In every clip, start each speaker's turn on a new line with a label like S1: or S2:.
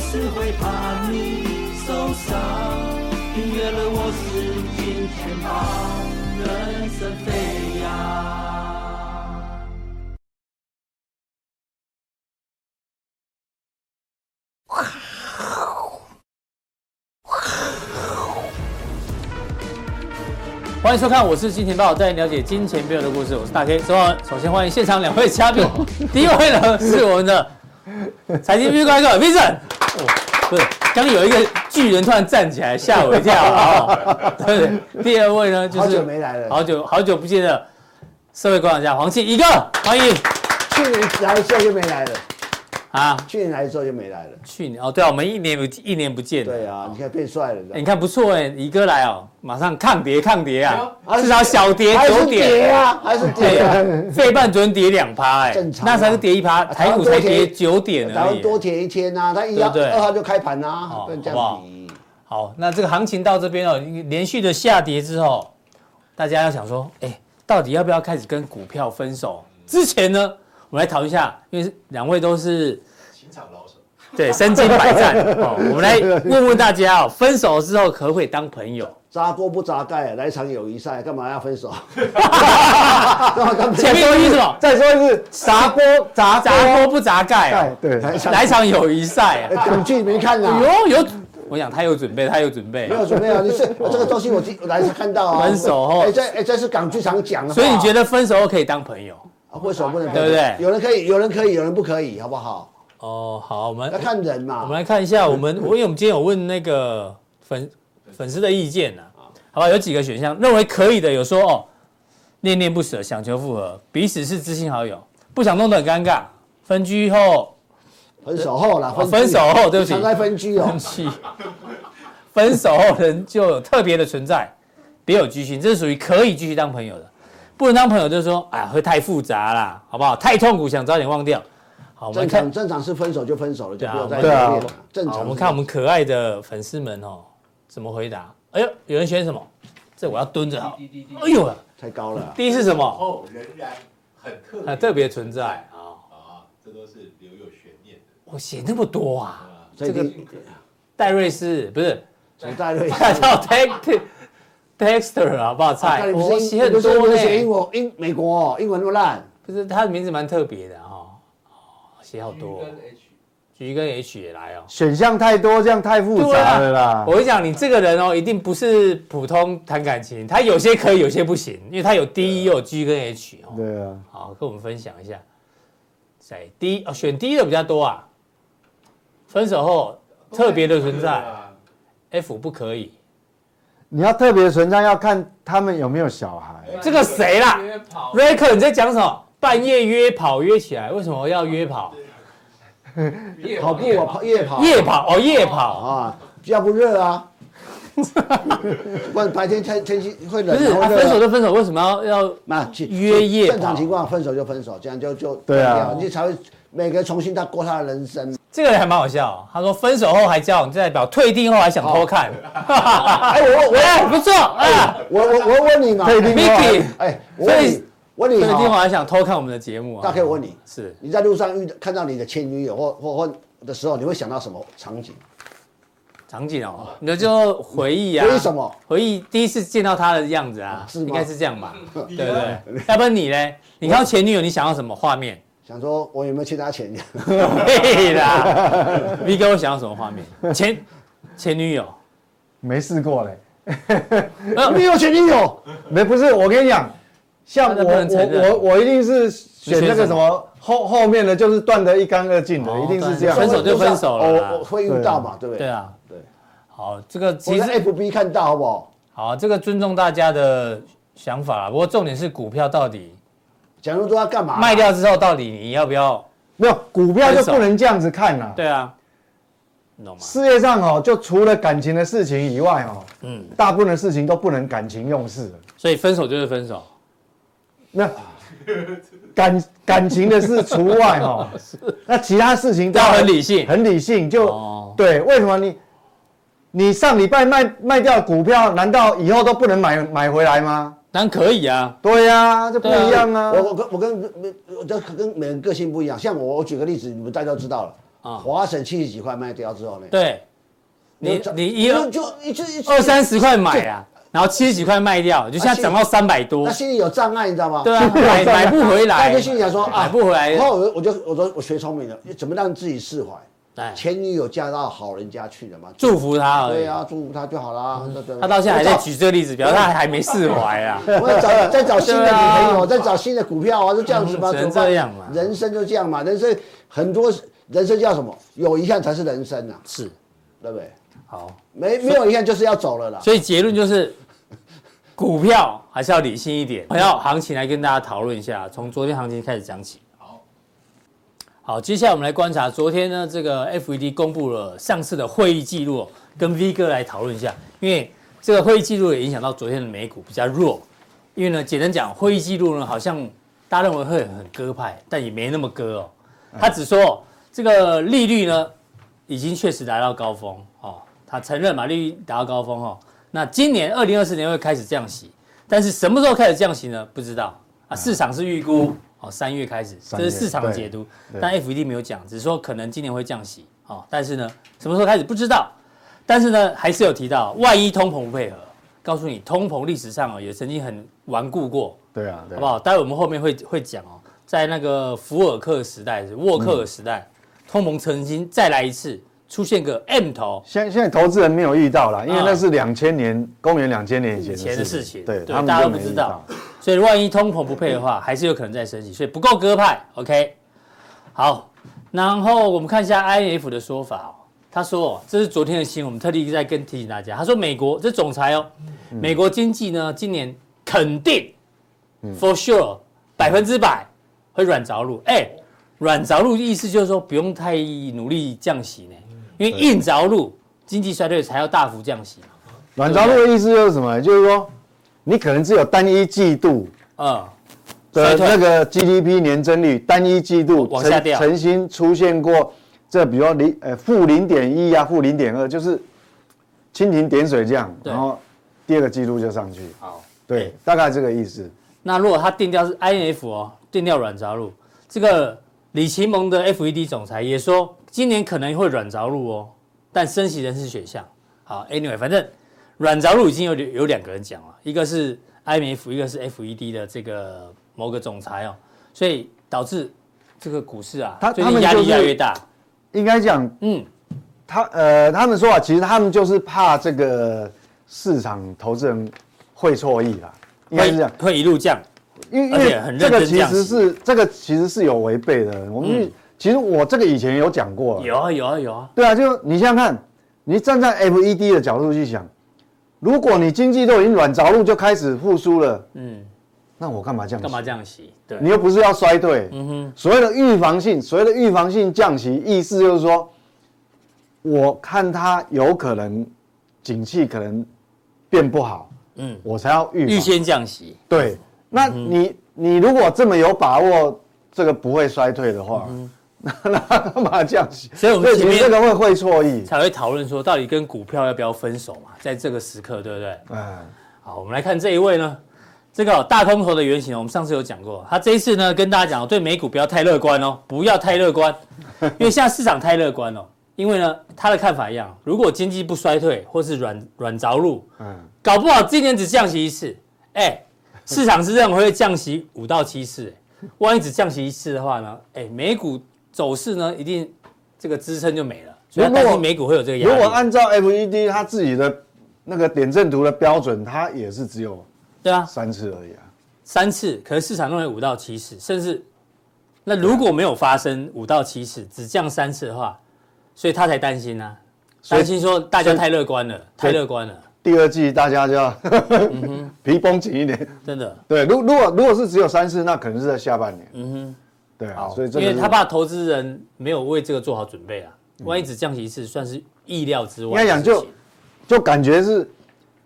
S1: 是会怕你受伤。订阅了我是金钱豹，人生飞扬。
S2: 欢迎收看，我是金钱豹，带你了解金钱背后的故事。我是大 K。首首先欢迎现场两位 嘉宾，第一位呢是我们的财经 V 怪客 Vincent。不是，刚有一个巨人突然站起来，吓我一跳啊！对，第二位呢就是
S3: 好久没来了
S2: 好久好久不见的社会观察家黄庆一个，欢迎
S3: 去年来的时候就没来了，
S2: 啊！
S3: 去年来的时候就没来了。
S2: 去年哦，对啊，我们一年不一年不见，
S3: 对啊，你看变帅了，
S2: 哎，你看不错哎，一哥来哦，马上抗跌抗跌啊，
S3: 哎呦
S2: 至少小跌
S3: 还
S2: 九
S3: 是跌
S2: 点，
S3: 啊，还是跌
S2: 对，
S3: 啊。
S2: 费半昨天跌两趴哎
S3: 正，常啊
S2: 那才是跌一趴，台股才跌九点
S3: 然
S2: 而
S3: 后
S2: 已。
S3: 多贴一天啊，他一号
S2: 对不对
S3: 二号就开盘
S2: 哦
S3: 啊，不能这
S2: 好不
S3: 样
S2: 好
S3: 比。
S2: 好，那这个行情到这边哦，连续的下跌之后，大家要想说，哎，到底要不要开始跟股票分手？之前呢，我们来讨论一下，因为两位都是情场老手，对，身经百战哦，我们来问问大家哦，分手之后可不可以当朋友？
S3: 砸锅不砸盖啊，来一场友谊赛，干嘛要分手？ 哎
S2: 前面说一什么？
S4: 再说一次，
S2: 砸锅砸砸锅不砸盖啊、
S4: 哎，对，
S3: 来一场，
S2: 来场友谊赛啊！
S3: 哎，短剧没看啊，
S2: 有有，我想他有准备，他有准备
S3: 没。有准备啊，你是这个东西我今我来是看到啊，
S2: 哦分手后
S3: 哎，这哎这是港剧常讲的话，
S2: 所以你觉
S3: 得
S2: 得分手后可以当朋友？
S3: 为什么不能？
S2: 对不对
S3: 有人可以，有人可以，有人不可以，好不好？
S2: 哦，好，我们
S3: 要看人嘛。
S2: 我们来看一下，我们我因为我们今天有问那个粉粉丝的意见呐、啊，好吧，有几个选项认为可以的，有说哦，恋恋不舍，想求复合，彼此是知心好友，不想弄得很尴尬，分居后
S3: 分手后啦，
S2: 哦
S3: 居
S2: 分手后对不起
S3: 常在分居哦
S2: 分。期，分手后人就有特别的存在，别有居心，这是属于可以继续当朋友的。不能当朋友就是说，哎呀，会太复杂啦，好不好？太痛苦，想早点忘掉。好，我们
S3: 正
S2: 看
S3: 常，正常是分手就分手了，
S2: 对
S3: 就
S2: 啊
S3: 不要再
S2: 对
S4: 啊
S3: 见面了。正
S2: 好，
S3: 常。
S2: 我们看我们可爱的粉丝们哦，怎么回答？哎呦，有人选什么？这我要蹲着好。哎呦，
S3: 太高了啊，
S2: 第一是什么？
S5: 后仍然很特别
S2: 啊，特别存在啊！
S5: 啊，这都是留有悬念的。
S2: 我写那么多啊！
S3: 这个
S2: 戴瑞斯不是，
S3: 从大 瑞，
S2: 看到 text texter 啊好不好？
S3: 大
S2: 菜，
S3: 瑞啊不
S2: 我
S3: 是
S2: 写
S3: 英，
S2: 很
S3: 不是
S2: 多
S3: 不是
S2: 呢。
S3: 写英国英美国哦，英文那么烂，
S2: 不是，他的名字蛮特别的哈、哦，写好多、哦。G 跟 H 也来哦。啊
S4: 选项太多，这样太复杂
S3: 啊
S4: 了啦
S2: 我。跟你讲，你这个人哦，一定不是普通谈感情，他有些可以，有些不行，因为他有 D
S3: 啊
S2: 也有 G 跟 H 哦。
S4: 对啊，
S2: 好，跟我们分享一下，谁 D 哦，选 D 的比较多啊。分手后特别的存在，F
S5: 哦
S2: 不可以，
S4: 你要特别存在，要看他们有没有小孩。
S2: 这个谁啦 r a k e r 你在讲什么？半夜约跑约起来，为什么要约跑？
S3: 跑步啊，跑夜跑
S2: 夜跑哦，夜跑，
S3: 啊，比较不热啊。不然白天天天气会
S2: 不
S3: 冷，
S2: 是
S3: 然
S2: 他
S3: 后
S2: 分手
S3: 热啊。
S2: 就分手，为什么要要
S3: 那其
S2: 约夜跑
S3: 正常情况分手就分手，这样就就
S4: 对啊
S3: 你才会每个人重新他过他的人生。
S2: 这个人还蛮好笑哦、他说分手后还交往，这代表退订后还想偷 看。哎，我我哎不错啊，
S3: 我我我问你嘛，
S4: 退订后还
S2: Vicky
S3: 哎，我问
S2: 所以
S3: 你，问
S2: 退
S3: 你
S2: 订后
S3: 哦，
S2: 还想偷看我们的节目啊。
S3: 大 K，我问你，
S2: 是
S3: 你在路上遇到看到你的前女友或或或的时候，你会想到什么场景？
S2: 场景哦，你的就回忆啊，
S3: 回忆什么？
S2: 回忆第一次见到他的样子啊，
S3: 是吗
S2: 应该是这样 吧，对不对？要不然你嘞？你看到前女友，你想要什么画面？
S3: 想说我有没有欠他钱？
S2: 对啦，V 哥会想要什么画面？前前女友，嗯
S4: 没试过嘞，
S3: 没有前女友，
S4: 没不是。我跟你讲，像
S2: 那
S4: 我
S2: 不能承认
S4: 我我我一定是选那
S2: 你选
S4: 个
S2: 什
S4: 什
S2: 么
S4: 么后后面的，就是断得一干二净的，
S2: 哦
S4: 一定是这样。
S2: 分手就分手了啦
S3: 我我会遇到嘛，对不对？
S2: 对啊，
S3: 对，
S2: 好，这个其
S3: 我
S2: 实
S3: 在 FB 看到好不好？
S2: 好，这个尊重大家的想法啦。不过重点是股票到底
S3: 假如说要干嘛？
S2: 卖掉之后，到底你要不要？
S4: 没有股票就不能这样子看啦。
S2: 对啊，你懂吗？
S4: 世界上哦，就除了感情的事情以外哦，
S2: 嗯，
S4: 大部分的事情都不能感情用事了。
S2: 所以分手就是分手。
S4: 那感感情的事除 外哈、哦，那其他事情都
S2: 要很理性
S4: 很理性就、
S2: 哦
S4: 对。为什么你你上礼拜卖卖掉股票，难道以后都不能买买回来吗？
S2: 当然可以啊，
S4: 对呀、这不一样啊。
S3: 我我跟我跟我跟每个个性不一样，像我我举个例子，你们大家都知道了。
S2: 啊
S3: 华晨七十几块卖掉之后呢，
S2: 对，你你一二
S3: 就就一直一直
S2: 二三十块买啊，然后七十几块卖掉，就现在涨到三百多
S3: 啊那，心里有障碍，你知道吗？
S2: 对啊，买买不回
S3: 他
S2: 来，
S3: 就心里想说啊，
S2: 买不回来，
S3: 后来我就我说我学聪明了，你怎么让自己释怀？
S2: 哎，
S3: 前女友嫁到好人家去了嘛？
S2: 祝福他而
S3: 对
S2: 已。
S3: 啊，祝福她就好啦。对对
S2: 他嗯到现在还在举这个例子，表示他还没释怀啊。
S3: 我要找再找新的女
S2: 对
S3: 朋
S2: 啊
S3: 友，再找新的股票啊，就这样子嘛，
S2: 嗯只能
S3: 怎么办
S2: 这样嘛
S3: 人生就这样嘛，人生很多人生叫什么？有遗憾才是人生啊，
S2: 是，
S3: 对不对？
S2: 好，
S3: 没没有遗憾就是要走了啦。
S2: 所以结论就是，股票还是要理性一点。要行情来跟大家讨论一下，从昨天行情开始讲起。
S5: 好，
S2: 好，接下来我们来观察昨天呢，这个 FED 公布了上次的会议记录，哦跟 V 哥来讨论一下，因为这个会议记录也影响到昨天的美股比较弱。因为呢，简单讲，会议记录呢好像大家认为会很鸽派，但也没那么鸽哦。他只说这个利率呢已经确实达到高峰哦，他承认嘛，利率达到高峰哦。那今年二零二四年会开始降息，但是什么时候开始降息呢？不知道啊，市场是预估哦三月开始，这
S4: 三月
S2: 是市场
S4: 对
S2: 解读。
S4: 对
S2: 但 FED 没有讲，只是说可能今年会降息哦，但是呢，什么时候开始不知道。但是呢，还是有提到，万一通膨不配合，告诉你，通膨历史上哦也曾经很顽固过，
S4: 对啊，对
S2: 好不好？待会我们后面会会讲哦，在那个福尔克时代、沃克尔时代，通膨曾经再来一次，出现个 M 头，
S4: 现在现在投资人没有遇到啦，因为
S2: 啊
S4: 那是两千年，公元两千年以
S2: 以前
S4: 前
S2: 的
S4: 的
S2: 事
S4: 事
S2: 情
S4: 情，
S2: 对
S4: 他
S2: 大家都不
S4: 们就没
S2: 知
S4: 遇
S2: 道
S4: 到。
S2: 所以万一通膨不配的话，还是有可能再升级，所以不够鸽派。OK，好，然后我们看一下 INF 的说法哦，他说哦这是昨天的新闻，我们特地在跟提醒大家，他说美国这总裁哦，
S4: 嗯
S2: 美国经济呢今年肯定
S4: 嗯
S2: for sure 百分之百会软着陆，哎，软着陆意思就是说不用太努力降息呢，因为硬着陆经济衰退才要大幅降息嘛，
S4: 软着陆的意思就是什么？就是说，你可能只有单一季度
S2: 嗯，衰
S4: 的
S2: 退
S4: 那个 GDP 年增率，单一季度
S2: 往
S4: 曾
S2: 下掉
S4: 曾经出现过这，比如说零呃负零点一啊，负零点二，就是蜻蜓点水这样，
S2: 对
S4: 然后第二个季度就上去，
S2: 好。哎
S4: 对，大概这个意思。
S2: 那如果他定调是 INF 哦，定调软着陆，这个李奇蒙的 FED 总裁也说，今年可能会软着陆哦，但升息仍是选项。好，Anyway，反正软着陆已经有有两个人讲了，一个是 IMF，一个是 FED 的这个某个总裁哦，所以导致这个股市啊，
S4: 他
S2: 最
S4: 他
S2: 近
S4: 们
S2: 压力
S4: 就是
S2: 越来越大。
S4: 应该讲
S2: 嗯，
S4: 他呃，他们说啊，其实他们就是怕这个市场投资人会错意啦，应该是这
S2: 会
S4: 样，
S2: 会一路降。
S4: 因为因
S2: 而且
S4: 为
S2: 很认
S4: 这个
S2: 真
S4: 其
S2: 这样
S4: 实
S2: 写
S4: 是这个其实是有违背的。我们、
S2: 嗯
S4: 其实我这个以前有讲过了，
S2: 有啊有啊有啊，
S4: 对啊，就你想想看，你站在 FED 的角度去想，如果你经济都已经软着陆就开始复苏了，
S2: 嗯，
S4: 那我干嘛这样？
S2: 干嘛？降息？对，
S4: 你又不是要衰退，
S2: 嗯哼，
S4: 所谓的预防性，所谓的预防性降息，意思就是说，我看它有可能景气可能变不好，
S2: 嗯，
S4: 我才要预防
S2: 预先嗯降息。
S4: 对。那你、你如果这么有把握，这个不会衰退的话，那那干嘛降息？
S2: 嗯所以我们
S4: 其
S2: 前
S4: 实
S2: 面
S4: 这个会会错意。
S2: 才会讨论说到底跟股票要不要分手嘛，在这个时刻，对不对？
S4: 嗯，
S2: 好，我们来看这一位呢，这个、大空头的原型，我们上次有讲过，他这一次呢跟大家讲，对美股不要太乐观哦，不要太乐 观，因为现在市场太乐观哦，因为呢他的看法一样，如果经济不衰退或是软软着陆，
S4: 嗯，
S2: 搞不好今年只降息一次，哎，市场是认为会降息五到七次，哎万一只降息一次的话呢，哎，美股走势呢一定这个支撑就没了，所以他
S4: 如果
S2: 担心美股会有这个压
S4: 如
S2: 力。
S4: 果按照 FED 它自己的那个点阵图的标准，它也是只有
S2: 对啊，
S4: 三次而已啊。
S2: 三次，可是市场认为五到七次，甚至那如果没有发生五到七次，只降三次的话，所以他才担心啊，
S4: 所以
S2: 担心说大家太乐观了，太
S4: 所以
S2: 乐观了，
S4: 第二季大家就要
S2: 嗯
S4: 皮绷紧一点，
S2: 真的，
S4: 对，如如果如果是只有三四，那可能是在下半年。嗯哼，对啊，
S2: 好，
S4: 所以
S2: 因
S4: 这个
S2: 为
S4: 是
S2: 他怕投资人没有为这个做好准备啊，万一只降息一次，算是意料之外的
S4: 应
S2: 事
S4: 该
S2: 情。
S4: 讲就就感觉是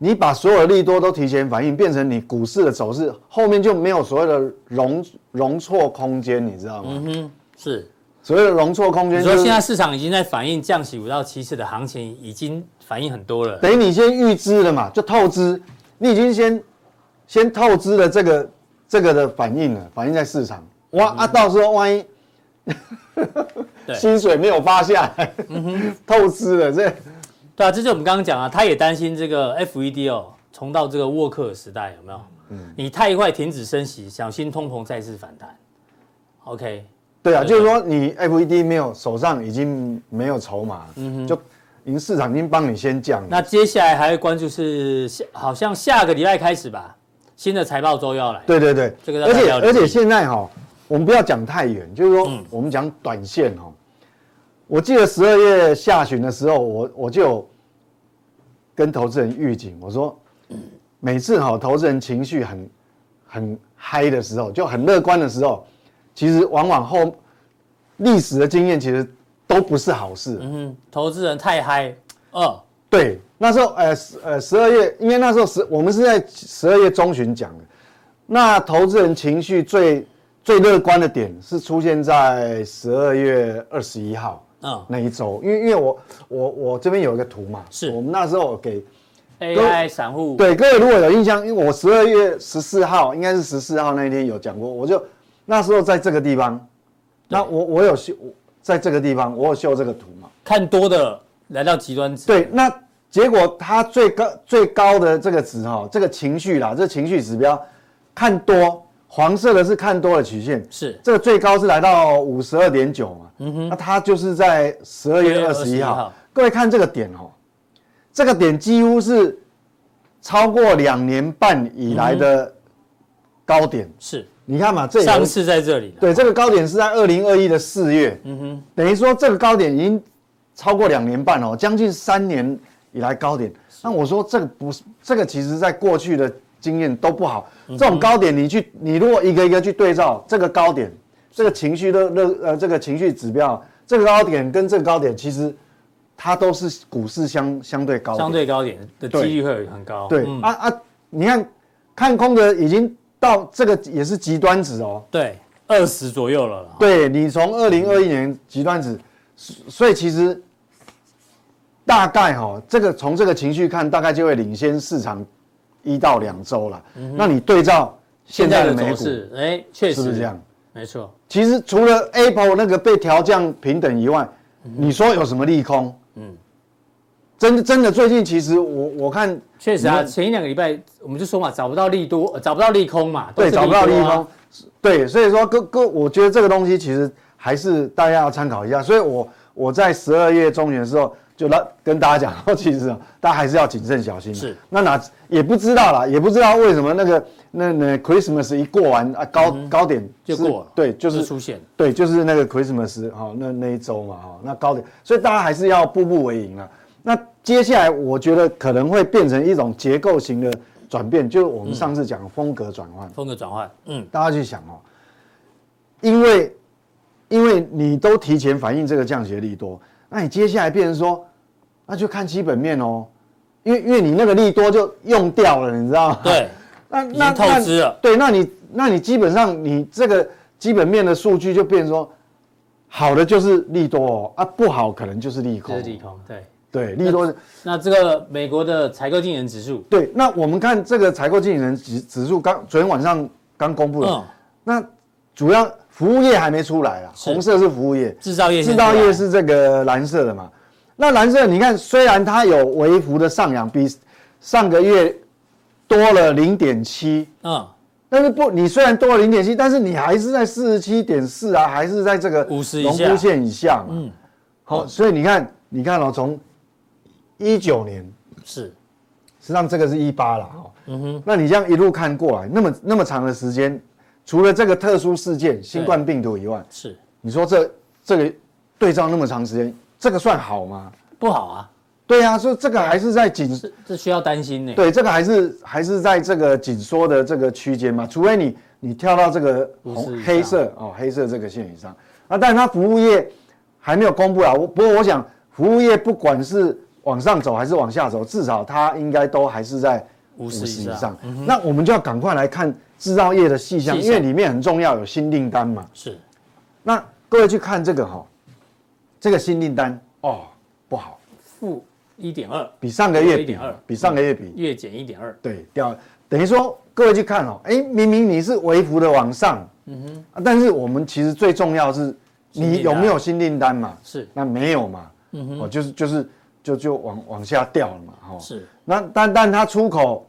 S4: 你把所有的利多都提前反应，变成你股市的走势，后面就没有所谓的容容错空间，你知道吗？
S2: 嗯，是。
S4: 所谓的容错空间
S2: 你
S4: 就
S2: 说
S4: 是
S2: 现在市场已经在反映降息五到七次的行情，已经反映很多了。
S4: 等于你先预支了嘛，就透支，你已经先先透支了这个这个的反应了，反映在市场。哇、啊，到时候万一
S2: 嗯对嗯
S4: 薪水没有发下来，透支了，这
S2: 对啊，这就是我们刚刚讲啊，他也担心这个 FED 哦，重到这个沃克尔时代有没有？
S4: 嗯
S2: 你太快停止升息，小心通膨再次反弹。OK，
S4: 对啊，
S2: 对
S4: 就是说你 FED 没有手上已经没有筹码，
S2: 嗯
S4: 就已经市场已经帮你先降了。
S2: 那接下来还会关注是下，好像下个礼拜开始吧，新的财报周要来。
S4: 对对对，
S2: 这个大
S4: 而
S2: 家
S4: 且
S2: 要留意嗯
S4: 而且现在哈、我们不要讲太远，就是说我们讲短线哈、我记得十二月下旬的时候，我我就有跟投资人预警，我说每次哈、投资人情绪很很嗨的时候，就很乐观的时候，其实往往后历史的经验其实都不是好事。
S2: 嗯，投资人太嗨，哦，
S4: 对，那时候呃十呃十二月，因为那时候十我们是在十二月中旬讲的，那投资人情绪最最乐观的点是出现在十二月二十一号
S2: 嗯
S4: 那一周，因为因为我我我这边有一个图嘛，
S2: 是
S4: 我们那时候给
S2: ，AI 散户，
S4: 对各位如果有印象，因为我十二月十四号应该是十四号那一天有讲过，我就那时候在这个地方，那我我有秀我在这个地方我有秀这个图嘛，
S2: 看多的来到极端值。
S4: 对，那结果它最高最高的这个值哈、这个情绪啦，这情绪指标，看多，黄色的是看多的曲线，
S2: 是
S4: 这个最高是来到五十二点九嘛，嗯哼，那它就是在十二月二十一
S2: 21
S4: 号
S2: 号，
S4: 各位看这个点哦，这个点几乎是超过两年半以来的高点，
S2: 是，
S4: 你看嘛，这也
S2: 上次在这里了。
S4: 对，这个高点是在二零二一的四月，嗯哼，等于说这个高点已经超过两年半哦，将近三年以来高点。那我说这个不是，这个其实在过去的经验都不好。
S2: 嗯
S4: 这种高点你去，你如果一个一个去对照这个高点，这个情绪的热呃这个情绪指标，这个高点跟这个高点其实它都是股市相相对高点
S2: 相对高点的几率会有很高。
S4: 对、
S2: 嗯
S4: 啊啊，你看看空的已经到这个也是极端值哦。
S2: 对，二十左右了啦。
S4: 对你从二零二一年极端值，所所以其实大概哈、这个从这个情绪看，大概就会领先市场一到两周了。那你对照现
S2: 嗯现
S4: 在
S2: 在
S4: 的
S2: 的
S4: 美
S2: 走
S4: 股，
S2: 势，哎，确实
S4: 是不是这样？
S2: 没错，
S4: 其实除了 Apple 那个被调降平等以外，
S2: 嗯
S4: 你说有什么利空？嗯，真真的最近其实我我看
S2: 确实啊，
S4: 你
S2: 前一两个礼拜我们就说嘛，找不到利多，呃找不到利空嘛，都
S4: 对
S2: 是
S4: 找不到利
S2: 多啊
S4: 空，，对，所以说各各，我觉得这个东西其实还是大家要参考一下。所以我我在十二月中旬的时候就来跟大家讲说，其实啊大家还是要谨慎小心啊。
S2: 是
S4: 那哪也不知道啦，也不知道为什么那个那那 Christmas 一过完啊高、高点
S2: 嗯就是过了
S4: 对，就
S2: 就是出现。
S4: 对，就是那个 Christmas 哈、那那一周嘛哈、那高点，所以大家还是要步步为营啊。那接下来我觉得可能会变成一种结构型的转变，就是我们上次讲的风格转换。
S2: 风格转换，嗯，
S4: 大家去想哦，因为因为你都提前反映这个降息的利多，那你接下来变成说，那就看基本面哦，因为因为你那个利多就用掉了，你知道吗？
S2: 对，
S4: 那
S2: 经
S4: 那
S2: 透
S4: 那
S2: 支了
S4: 对，那你那你基本上你这个基本面的数据就变成说，好的就是利多哦，啊不好可能就是利
S2: 这
S4: 空，
S2: 是利空，对。
S4: 对利多是。
S2: 那这个美国的采购经理人指数，
S4: 对，那我们看这个采购经理人指指数刚昨天晚上刚公布了，
S2: 嗯
S4: 那主要服务业还没出来啊，
S2: 是
S4: 红色是服务业，
S2: 制造业先
S4: 制
S2: 出来，
S4: 造业是这个蓝色的嘛。那蓝色你看，虽然它有微幅的上扬，比上个月多了零点七，
S2: 嗯，
S4: 但是不，你虽然多了零点七，但是你还是在四十七点四啊，还是在这个
S2: 50以
S4: 荣
S2: 下
S4: 枯线以下嘛。
S2: 嗯
S4: 好，所以你看，你看哦，从一九年
S2: 是
S4: 实际上这个是一八啦，哦，嗯哼，那你这样一路看过来，那么那么长的时间，除了这个特殊事件新冠病毒以外，
S2: 是
S4: 你说这这个对照那么长时间，这个算好吗？
S2: 不好啊，
S4: 对啊，所以这个还是在紧，
S2: 这这需要担心呢。
S4: 对，这个还是还是在这个紧缩的这个区间嘛，除非你你跳到这个
S2: 50以
S4: 红
S2: 上
S4: 黑色哦黑色这个线以上，啊，但它服务业还没有公布啊，我不过我想服务业不管是往上走还是往下走，至少它应该都还是在
S2: 50
S4: 50
S2: 以
S4: 以
S2: 上嗯
S4: 上，那我们就要赶快来看制造业的细项，
S2: 细
S4: 因为
S2: 项
S4: 里面很重要有新订单嘛，
S2: 是
S4: 那各位去看这个哈、这个新订单哦不好，
S2: 负一点二，
S4: 比上个月比
S2: 1.2
S4: 比上个月比
S2: 月减一点二，
S4: 对掉了，等于说各位去看啊哦，哎，明明你是微幅的往上，嗯哼，但是我们其实最重要是
S2: 新订
S4: 你
S2: 单
S4: 有没有新订单嘛？
S2: 是嗯
S4: 那没有嘛？哦，就是就是就就往往下掉了嘛，哦，
S2: 是
S4: 那但但它出口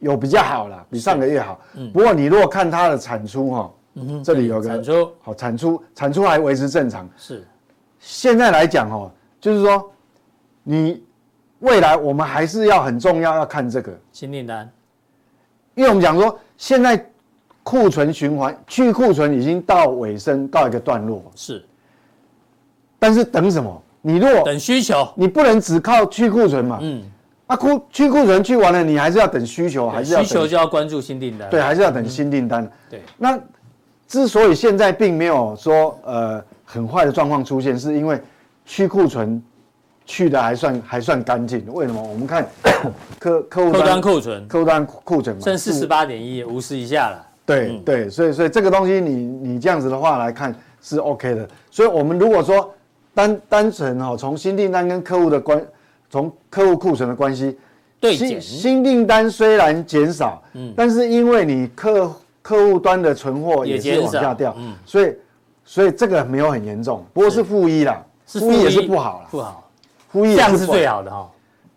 S4: 有比较好啦，比上个月好。
S2: 嗯
S4: 不过你如果看它的产出哈、哦，这里有个
S2: 产出
S4: 好产出产出还维持正常。
S2: 是
S4: 现在来讲哦，就是说你未来我们还是要很重要要看这个，
S2: 新订单，
S4: 因为我们讲说现在库存循环去库存已经到尾声到一个段落，
S2: 是
S4: 但是等什么？你如果
S2: 等需求，
S4: 你不能只靠去库存嘛，
S2: 嗯，
S4: 啊库去库存去完了，你还是要等需求，还是要
S2: 需
S4: 等
S2: 求就要关注新订单，
S4: 对，还是要等新订单。
S2: 对，
S4: 那之所以现在并没有说呃很坏的状况出现，是因为去库存去的还算还算干净。为什么？我们看 客客户
S2: 客
S4: 端
S2: 端库存
S4: 客户端库存嘛，
S2: 剩四十
S4: 是
S2: 八点一，五十以下了，
S4: 对、对，所以所以这个东西你你这样子的话来看是 OK 的。所以我们如果说单单纯哦，从新订单跟客户的关，从客户库存的关系，
S2: 对
S4: 新
S2: 减嗯
S4: 新订单虽然减少，但是因为你客客户端的存货
S2: 也
S4: 也是往
S2: 减少
S4: 下掉，
S2: 嗯
S4: 所以所以这个没有很严重，不过是负一啦，负一也是不好啦，
S2: 不好，
S4: 负
S2: 这
S4: 一也
S2: 样
S4: 不
S2: 是最好的哈，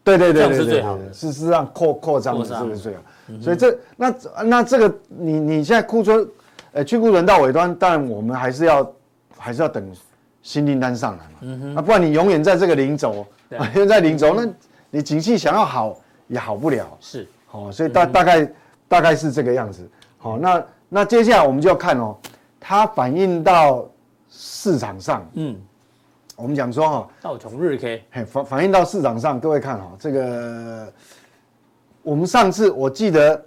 S4: 对对
S2: 这
S4: 对
S2: 样
S4: 对
S2: 是
S4: 对
S2: 最
S4: 对
S2: 好的
S4: 对是是让扩扩张的，
S2: 扩
S4: 是
S2: 张嗯
S4: 不是最好？所以这那那这个你你现在库存，呃，去库存到尾端，但我们还是要还是要等新订单上来嘛，那不然你永远在这个零
S2: 嗯
S4: 轴，
S2: 对
S4: 永远在零轴，那你景气想要好也好不了，
S2: 是
S4: 哦，所以
S2: 嗯
S4: 大大概大概是这个样子。好，那那接下来我们就要看哦，它反映到市场上，
S2: 嗯，
S4: 我们讲说哈、哦。
S2: 道琼日 K
S4: 嘿，反反映到市场上，各位看哈、这个我们上次我记得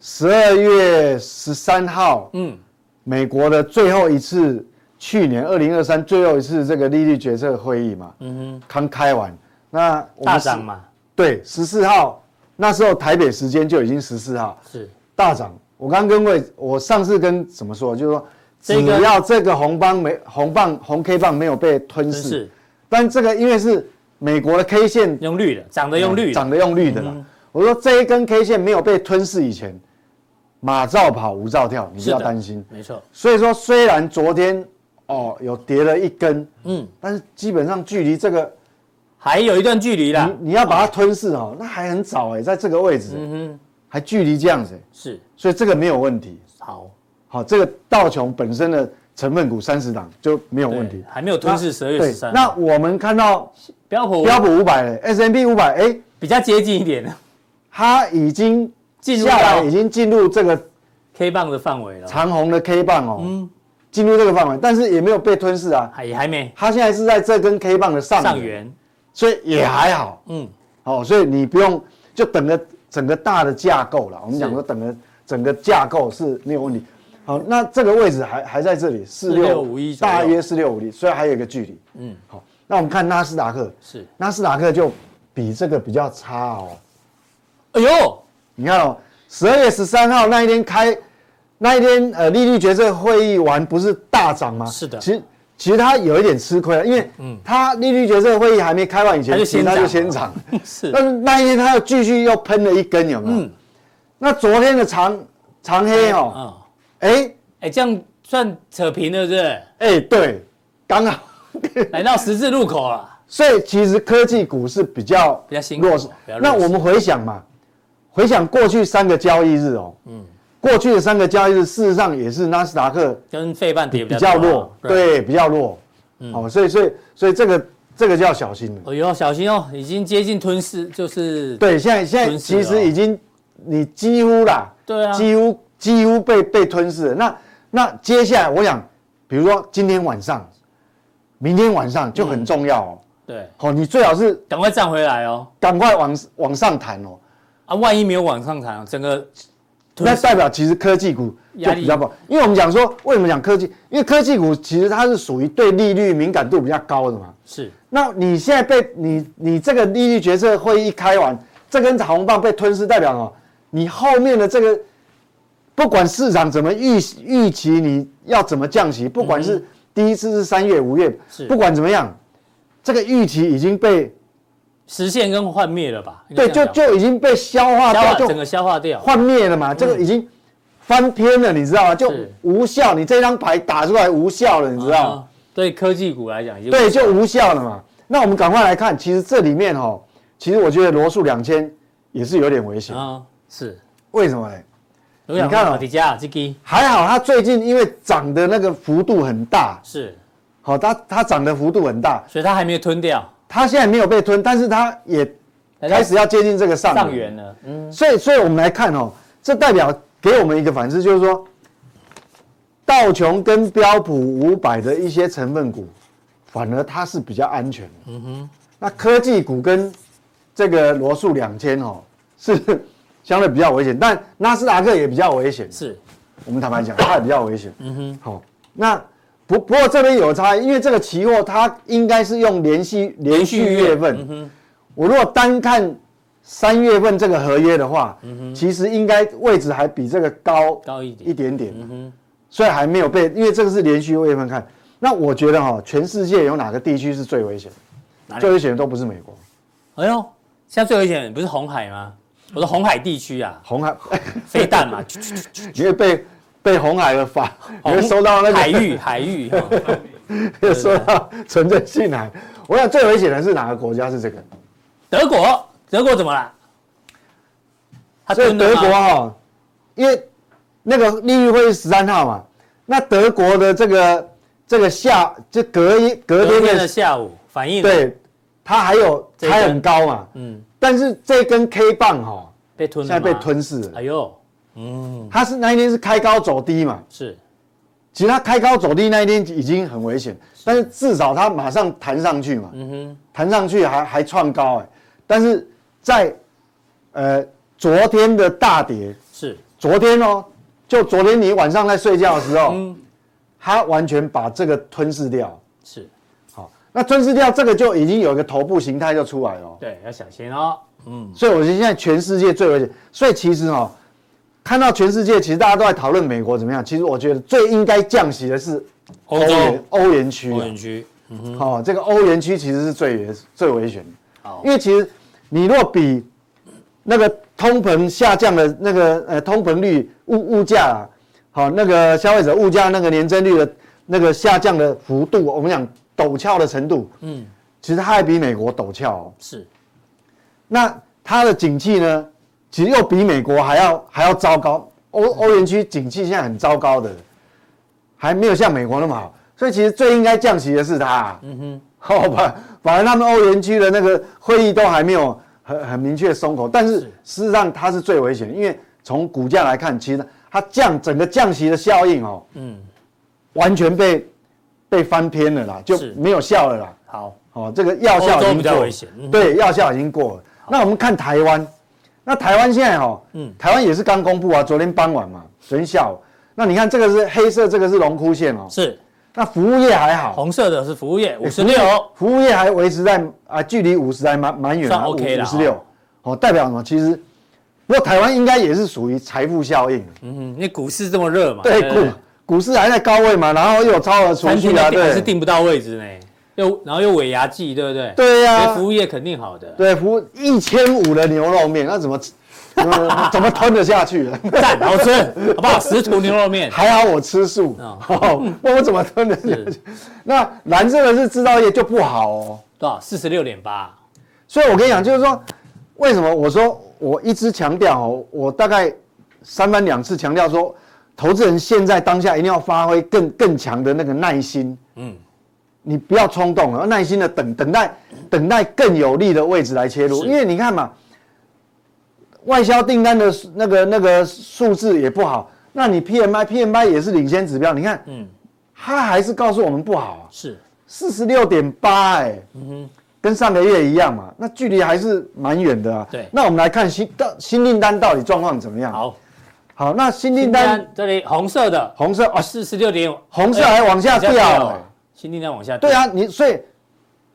S4: 十二月十三号，
S2: 嗯，
S4: 美国的最后一次，去年二零二三最后一次这个利率决策会议嘛，嗯哼，刚开完，那我们
S2: 大
S4: 是
S2: 涨，嘛，
S4: 对，十四号，那时候台北时间就已经十四号
S2: 是
S4: 大涨。我刚跟各位，我上次跟怎么说，就是说。只
S2: 这个
S4: 要这个红棒没红棒红 K 棒没有被吞
S2: 真
S4: 噬
S2: 是，
S4: 但这个因为是美国的 K 线
S2: 用绿的，涨的用绿的，
S4: 长嗯
S2: 嗯
S4: 得用绿的啦。我说这一根 K 线没有被吞噬以前，马照跑，舞照跳，你不
S2: 是的
S4: 要担心。
S2: 没错，
S4: 所以说，虽然昨天哦有跌了一根，
S2: 嗯，
S4: 但是基本上距离这个
S2: 还有一段距离啦，
S4: 你你要把它吞噬哦，那还很早哎，在这个位置，
S2: 嗯
S4: 还距离这样子欸，
S2: 是
S4: 所以这个没有问题。
S2: 好，
S4: 好，这个道琼本身的成分股三十档就没有问题
S2: 对，还没有吞噬
S4: 那
S2: 十二月
S4: 对
S2: 十三，
S4: 那我们看到
S2: 标普
S4: 标普五百、S M B 五百，哎，
S2: 比较接近一点的
S4: 它已经
S2: 进入
S4: 下来
S2: 到
S4: 已经进入这个
S2: K 棒的范围了，
S4: 长虹的 K 棒哦，进入这个范围，但是也没有被吞噬啊。
S2: 还也还没
S4: 它现在是在这根 K 棒的上
S2: 上
S4: 缘，
S2: 缘，
S4: 所以也还好
S2: 嗯，
S4: 哦。所以你不用就等个整个大的架构了。我们讲说整个整个架构是没有问题。好，那这个位置还还在这里，四
S2: 4651左右
S4: 大约四六五一，所以还有一个距离。嗯，好，那我们看纳斯达克，
S2: 是，
S4: 纳斯达克就比这个比较差哦。
S2: 哎呦，
S4: 你看哦，十二月十三号那一天开，那一天呃利率决策会议完不是大涨吗？
S2: 是的嗯
S4: 其实其实它有一点吃亏了，啊因为它利率决策会议还没开完以前，
S2: 它就
S4: 其实
S2: 先
S4: 它就
S2: 涨
S4: 先
S2: 了
S4: 涨。
S2: 是
S4: 但是那一天它又继续又喷了一根，有没有？
S2: 嗯
S4: 那昨天的长长黑哦，
S2: 啊，
S4: 哎、
S2: 哎，这样算扯平了，对不对？
S4: 哎、对，刚好。
S2: 来到十字路口了，
S4: 所以其实科技股是比较
S2: 比较辛苦
S4: 弱势
S2: 比较。弱势
S4: 那我们回想嘛，回想过去三个交易日哦，嗯，过去的三个交易日，事实上也是纳斯达克
S2: 跟费半跌
S4: 比
S2: 多
S4: 较
S2: 啊嗯
S4: 弱，，对，比较弱，哦，所以所以所以这个这个就要小心了。
S2: 哎呦，小心哦，已经接近吞噬，就是
S4: 对，现在现在
S2: 吞噬了
S4: 其
S2: 哦
S4: 实已经你几乎啦，
S2: 对啊
S4: 几乎几乎被被吞噬了。那那接下来我想，比如说今天晚上、明天晚上就
S2: 嗯
S4: 很重要哦，
S2: 对，
S4: 哦，你最好是
S2: 赶快站回来哦，
S4: 赶快往往上弹哦。
S2: 啊，万一没有往上弹，啊整个
S4: 那
S2: 吞噬
S4: 代表其实科技股就比较不好，因为我们讲说，为什么讲科技？因为科技股其实它是属于对利率敏感度比较高的嘛。
S2: 是
S4: 那你现在被你你这个利率决策会议开完，这根长红棒被吞噬，代表哦，你后面的这个不管市场怎么预预期你要怎么降息，不管是第一次是三月、五月
S2: 嗯是，
S4: 不管怎么样，这个预期已经被
S2: 实现跟幻灭了吧？应该
S4: 对
S2: 这
S4: 就
S2: 样讲
S4: 就已经被消
S2: 消
S4: 化掉，
S2: 化
S4: 就
S2: 整个消化掉，
S4: 幻灭了嘛，这个已经翻篇了，你知道吗？就是无效，你这张牌打出来无效了，你知道吗
S2: 啊？对科技股来讲已经
S4: 对，就无效了嘛。那我们赶快来看，其实这里面哈、哦，其实我觉得罗素两千也是有点危险。
S2: 啊是。
S4: 为什么呢？
S2: 你
S4: 你看
S2: 看
S4: 哦
S2: 马迪加这个
S4: 还好它最近因为涨的那个幅度很大，
S2: 是，
S4: 好、它它涨的幅度很大，
S2: 所以它还没有吞掉，
S4: 它现在没有被吞，但是它也开始要接近这个哎上
S2: 上
S4: 缘
S2: 缘了，嗯，
S4: 所以，所以我们来看哦，这代表给我们一个反思，就是说，道琼跟标普五百的一些成分股，反而它是比较安全的。嗯哼，那科技股跟这个罗素两千哦，是相对比较危险，但纳斯达克也比较危险。
S2: 是
S4: 我们坦白讲，它也比较危险。嗯哼，好，那不不过这边有差异，因为这个期货它应该是用连续连续月嗯份。我如果单看三月份这个合约的话，其实应该位置还比这个嗯高
S2: 高一点
S4: 一点点。嗯哼，所以还没有被，因为这个是连续月份看。那我觉得哈、全世界有哪个地区是最危险的？最危险的都不是美国，
S2: 哎呦，现在最危险的不是红海吗？我说红海地区 啊，
S4: 红海，
S2: 飞弹嘛，
S4: 你会被被红海的法，你会收到那个
S2: 海域海 域，哦哈
S4: 又说到纯正性癌，我想最危险的是哪个国家是这个？
S2: 德国德国怎么了？他
S4: 所以
S2: 吞了
S4: 德
S2: 吗
S4: 国啊哈、因为那个利率会议十三号嘛，那德国的这个这个下就隔一隔
S2: 隔
S4: 天
S2: 天的
S4: 的
S2: 下午反应
S4: 对，它还有
S2: 这一根
S4: 还很高嘛，
S2: 嗯
S4: 但是这根 K 棒哈、
S2: 被吞
S4: 现
S2: 了
S4: 在
S2: 吗
S4: 被，吞噬了
S2: 哎，呦嗯
S4: 它是那一天是开高走低嘛，
S2: 是
S4: 其实它开高走低那一天已经很危险，但是至少它马上弹上去嘛，
S2: 嗯哼
S4: 弹上去还还创高哎、但是在呃昨天的大跌，
S2: 是
S4: 昨天哦，就昨天你晚上在睡觉的时候，它完全把这个吞噬掉。
S2: 是
S4: 好，那吞噬掉这个就已经有一个头部形态就出来了哦，
S2: 对要小心哦，嗯
S4: 所以我觉得现在全世界最危险。所以其实哦，看到全世界其实大家都在讨论美国怎么样，其实我觉得最应该降息的是
S2: 欧
S4: 欧元
S2: 洲
S4: 欧元区啊、
S2: 欧元区
S4: 哦，这个欧元区其实是最危最危险的
S2: 好，
S4: 因为其实你若比那个通膨下降的那个呃通膨率物物价啊，好、那个消费者物价那个年增率的那个下降的幅度，我们讲陡峭的程度，
S2: 嗯
S4: 其实它还比美国陡峭、哦。
S2: 是
S4: 那它的景气呢，其实又比美国还要还要糟糕。欧欧元区景气现在很糟糕的，还没有像美国那么好，所以其实最应该降息的是它、嗯哼，好吧，反而他们欧元区的那个会议都还没有很很明确松口，但是事实上它是最危险的，因为从股价来看，其实它降整个降息的效应哦，
S2: 嗯
S4: 完全被被翻篇了啦，就是没有效了啦。
S2: 好
S4: 哦，这个药效已
S2: 欧洲
S4: 经
S2: 比较
S4: 过了
S2: 危险嗯
S4: 对，药效已经过了。那我们看台湾，那台湾现在哦，
S2: 嗯
S4: 台湾也是刚公布啊，昨天傍晚嘛，昨天下午。那你看这个是黑色，这个是龙枯线哦。
S2: 是
S4: 那服务业还好，
S2: 红色的是服务业五十六
S4: 哎服务业还维持在啊，距离五十还蛮蛮远
S2: 算
S4: 啊，
S2: OK 啦
S4: 五十六。哦，代表什么？其实，不过台湾应该也是属于财富效应，
S2: 嗯哼，因为股市这么热嘛，
S4: 对
S2: 不
S4: 股股市还在高位嘛，然后又有超额储
S2: 餐厅
S4: 蓄
S2: 的
S4: 啊，
S2: 店还是
S4: 对，
S2: 定不到位置呢，又然后又尾牙季，对不对？
S4: 对呀、
S2: 所以服务业肯定好的，
S4: 对，服一千五的牛肉面，那怎么吃 怎么怎么吞得下去？
S2: 赞，好吃，好不好？十图牛肉面，
S4: 还好我吃素，
S2: 哦
S4: 哦，那我怎么吞得下
S2: 是
S4: 去？那蓝色的是制造业就不好哦。
S2: 多少？四十六点八，
S4: 所以我跟你讲，就是说，为什么我说我一直强调哦，我大概三番两次强调说，投资人现在当下一定要发挥更更强的那个耐心，
S2: 嗯
S4: 嗯，你不要冲动，要耐心的等等待等待更有利的位置来切入，
S2: 是
S4: 因为你看嘛，外销订单的数那个那个数字也不好，那你 PMI PMI 也是领先指标，你看
S2: 嗯，
S4: 它还是告诉我们不好啊。
S2: 是
S4: 四十六点八，哎，跟上个月一样嘛，那距离还是蛮远的啊。
S2: 对
S4: 那我们来看新到新订单到底状况怎么样？，
S2: 好。
S4: 好，那新订
S2: 订
S4: 单
S2: 单这里红色的，
S4: 红色啊，哦
S2: 四十六点，
S4: 红色还往下掉
S2: 哎，新订单往下掉，
S4: 对，啊，你所以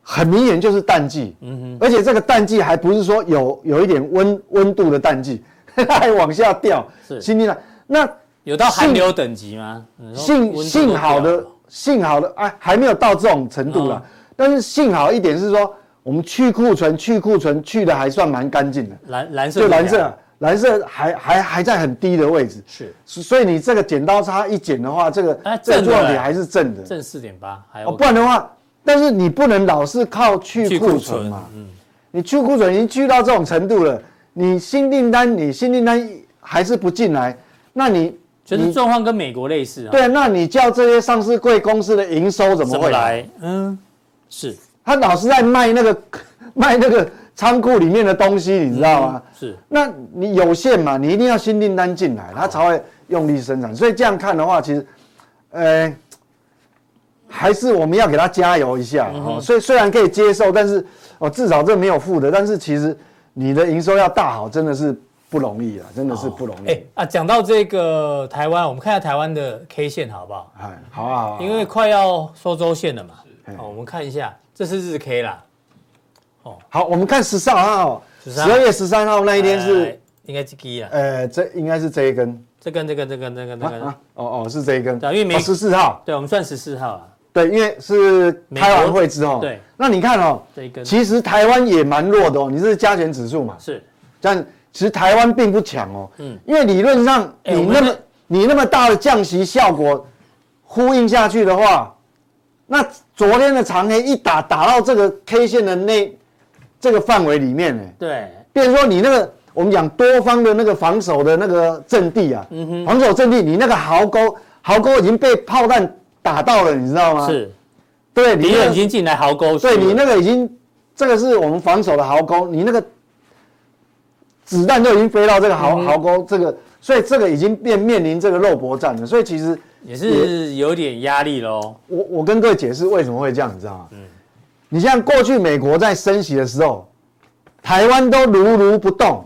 S4: 很明显就是淡季，而且这个淡季还不是说有有一点温温度的淡季， 它还往下掉
S2: 是，
S4: 新订单那
S2: 有到寒流等级吗？你说温
S4: 幸
S2: 度都
S4: 幸好
S2: 掉
S4: 的
S2: 了嗯
S4: 幸好的哎，还没有到这种程度啦。但是幸好一点是说，我们去库存去库存去的还算蛮干净的，
S2: 蓝蓝色
S4: 就
S2: 怎么
S4: 蓝
S2: 样
S4: 色啊，蓝色还还还在很低的位置，
S2: 是
S4: 所所以你这个剪刀差一剪的话，这个、
S2: 哎
S4: 这个
S2: 正的
S4: 做
S2: 嘞
S4: 底还是正的，
S2: 正四点八，还
S4: 哦，
S2: 有
S4: 不然的话，但是你不能老是靠去库存嘛，
S2: 嗯
S4: 你去库存已经去到这种程度了，你新订单你新订单还是不进来，那你
S2: 就是
S4: 你
S2: 状况跟美国类似啊，，
S4: 对，那你叫这些上市贵公司的营收怎么
S2: 怎么
S4: 会？
S2: 来？嗯，是
S4: 他老是在卖那个 卖那个仓库里面的东西，你知道吗？
S2: 是，
S4: 那你有限嘛，你一定要新订单进来，它才会用力生产。所以这样看的话，其实，呃，还是我们要给他加油一下
S2: 嗯
S4: 哦。所以虽然可以接受，但是哦，至少这没有负的。但是其实你的营收要大好，真的是不容易啊，真的是不容易。
S2: 哎啊，讲到这个台湾，我们看一下台湾的 K 线好不好？
S4: 哎，好啊，好啊，
S2: 因为快要收周线了嘛，哦
S4: 是
S2: 好，我们看一下，这是日 K 啦，
S4: 好，我们看十三号，十
S2: 13
S4: 二月十三号那一天
S2: 哎
S4: 是，
S2: 应该是 G 啦，
S4: 呃，这应该是这一根
S2: 这跟这个这个这个这
S4: 啊
S2: 个，
S4: 啊，哦哦，是这一根，
S2: 嗯对因为美
S4: 十四号，
S2: 对，我们算十四号啊，
S4: 对，因为是
S2: 美国
S4: 开完会之后，
S2: 对，
S4: 那你看哦，
S2: 这一根
S4: 其实台湾也蛮弱的哦，你这是加权指数嘛？
S2: 是
S4: 但其实台湾并不强哦，
S2: 嗯
S4: 嗯，因为理论上
S2: 哎
S4: 你
S2: 我们
S4: 那么、
S2: 这
S4: 你那么大的降息效果呼应下去的话，那昨天的长黑一打打到这个 K 线的那这个范围里面呢，
S2: 对，
S4: 变成说你那个我们讲多方的那个防守的那个阵地啊，
S2: 嗯
S4: 防守阵地你那个壕沟壕沟已经被炮弹打到了，你知道吗？，
S2: 是
S4: 对，你
S2: 敌
S4: 那个
S2: 人已经进来壕沟去了，
S4: 对你那个已经，这个是我们防守的壕沟，你那个子弹都已经飞到这个
S2: 嗯
S4: 壕壕沟，这个，所以这个已经变面临这个肉搏战了。所以其实
S2: 也是有点压力喽，
S4: 我我跟各位解释为什么会这样，你知道
S2: 嗯
S4: 吗？你像过去美国在升息的时候，台湾都如如不动，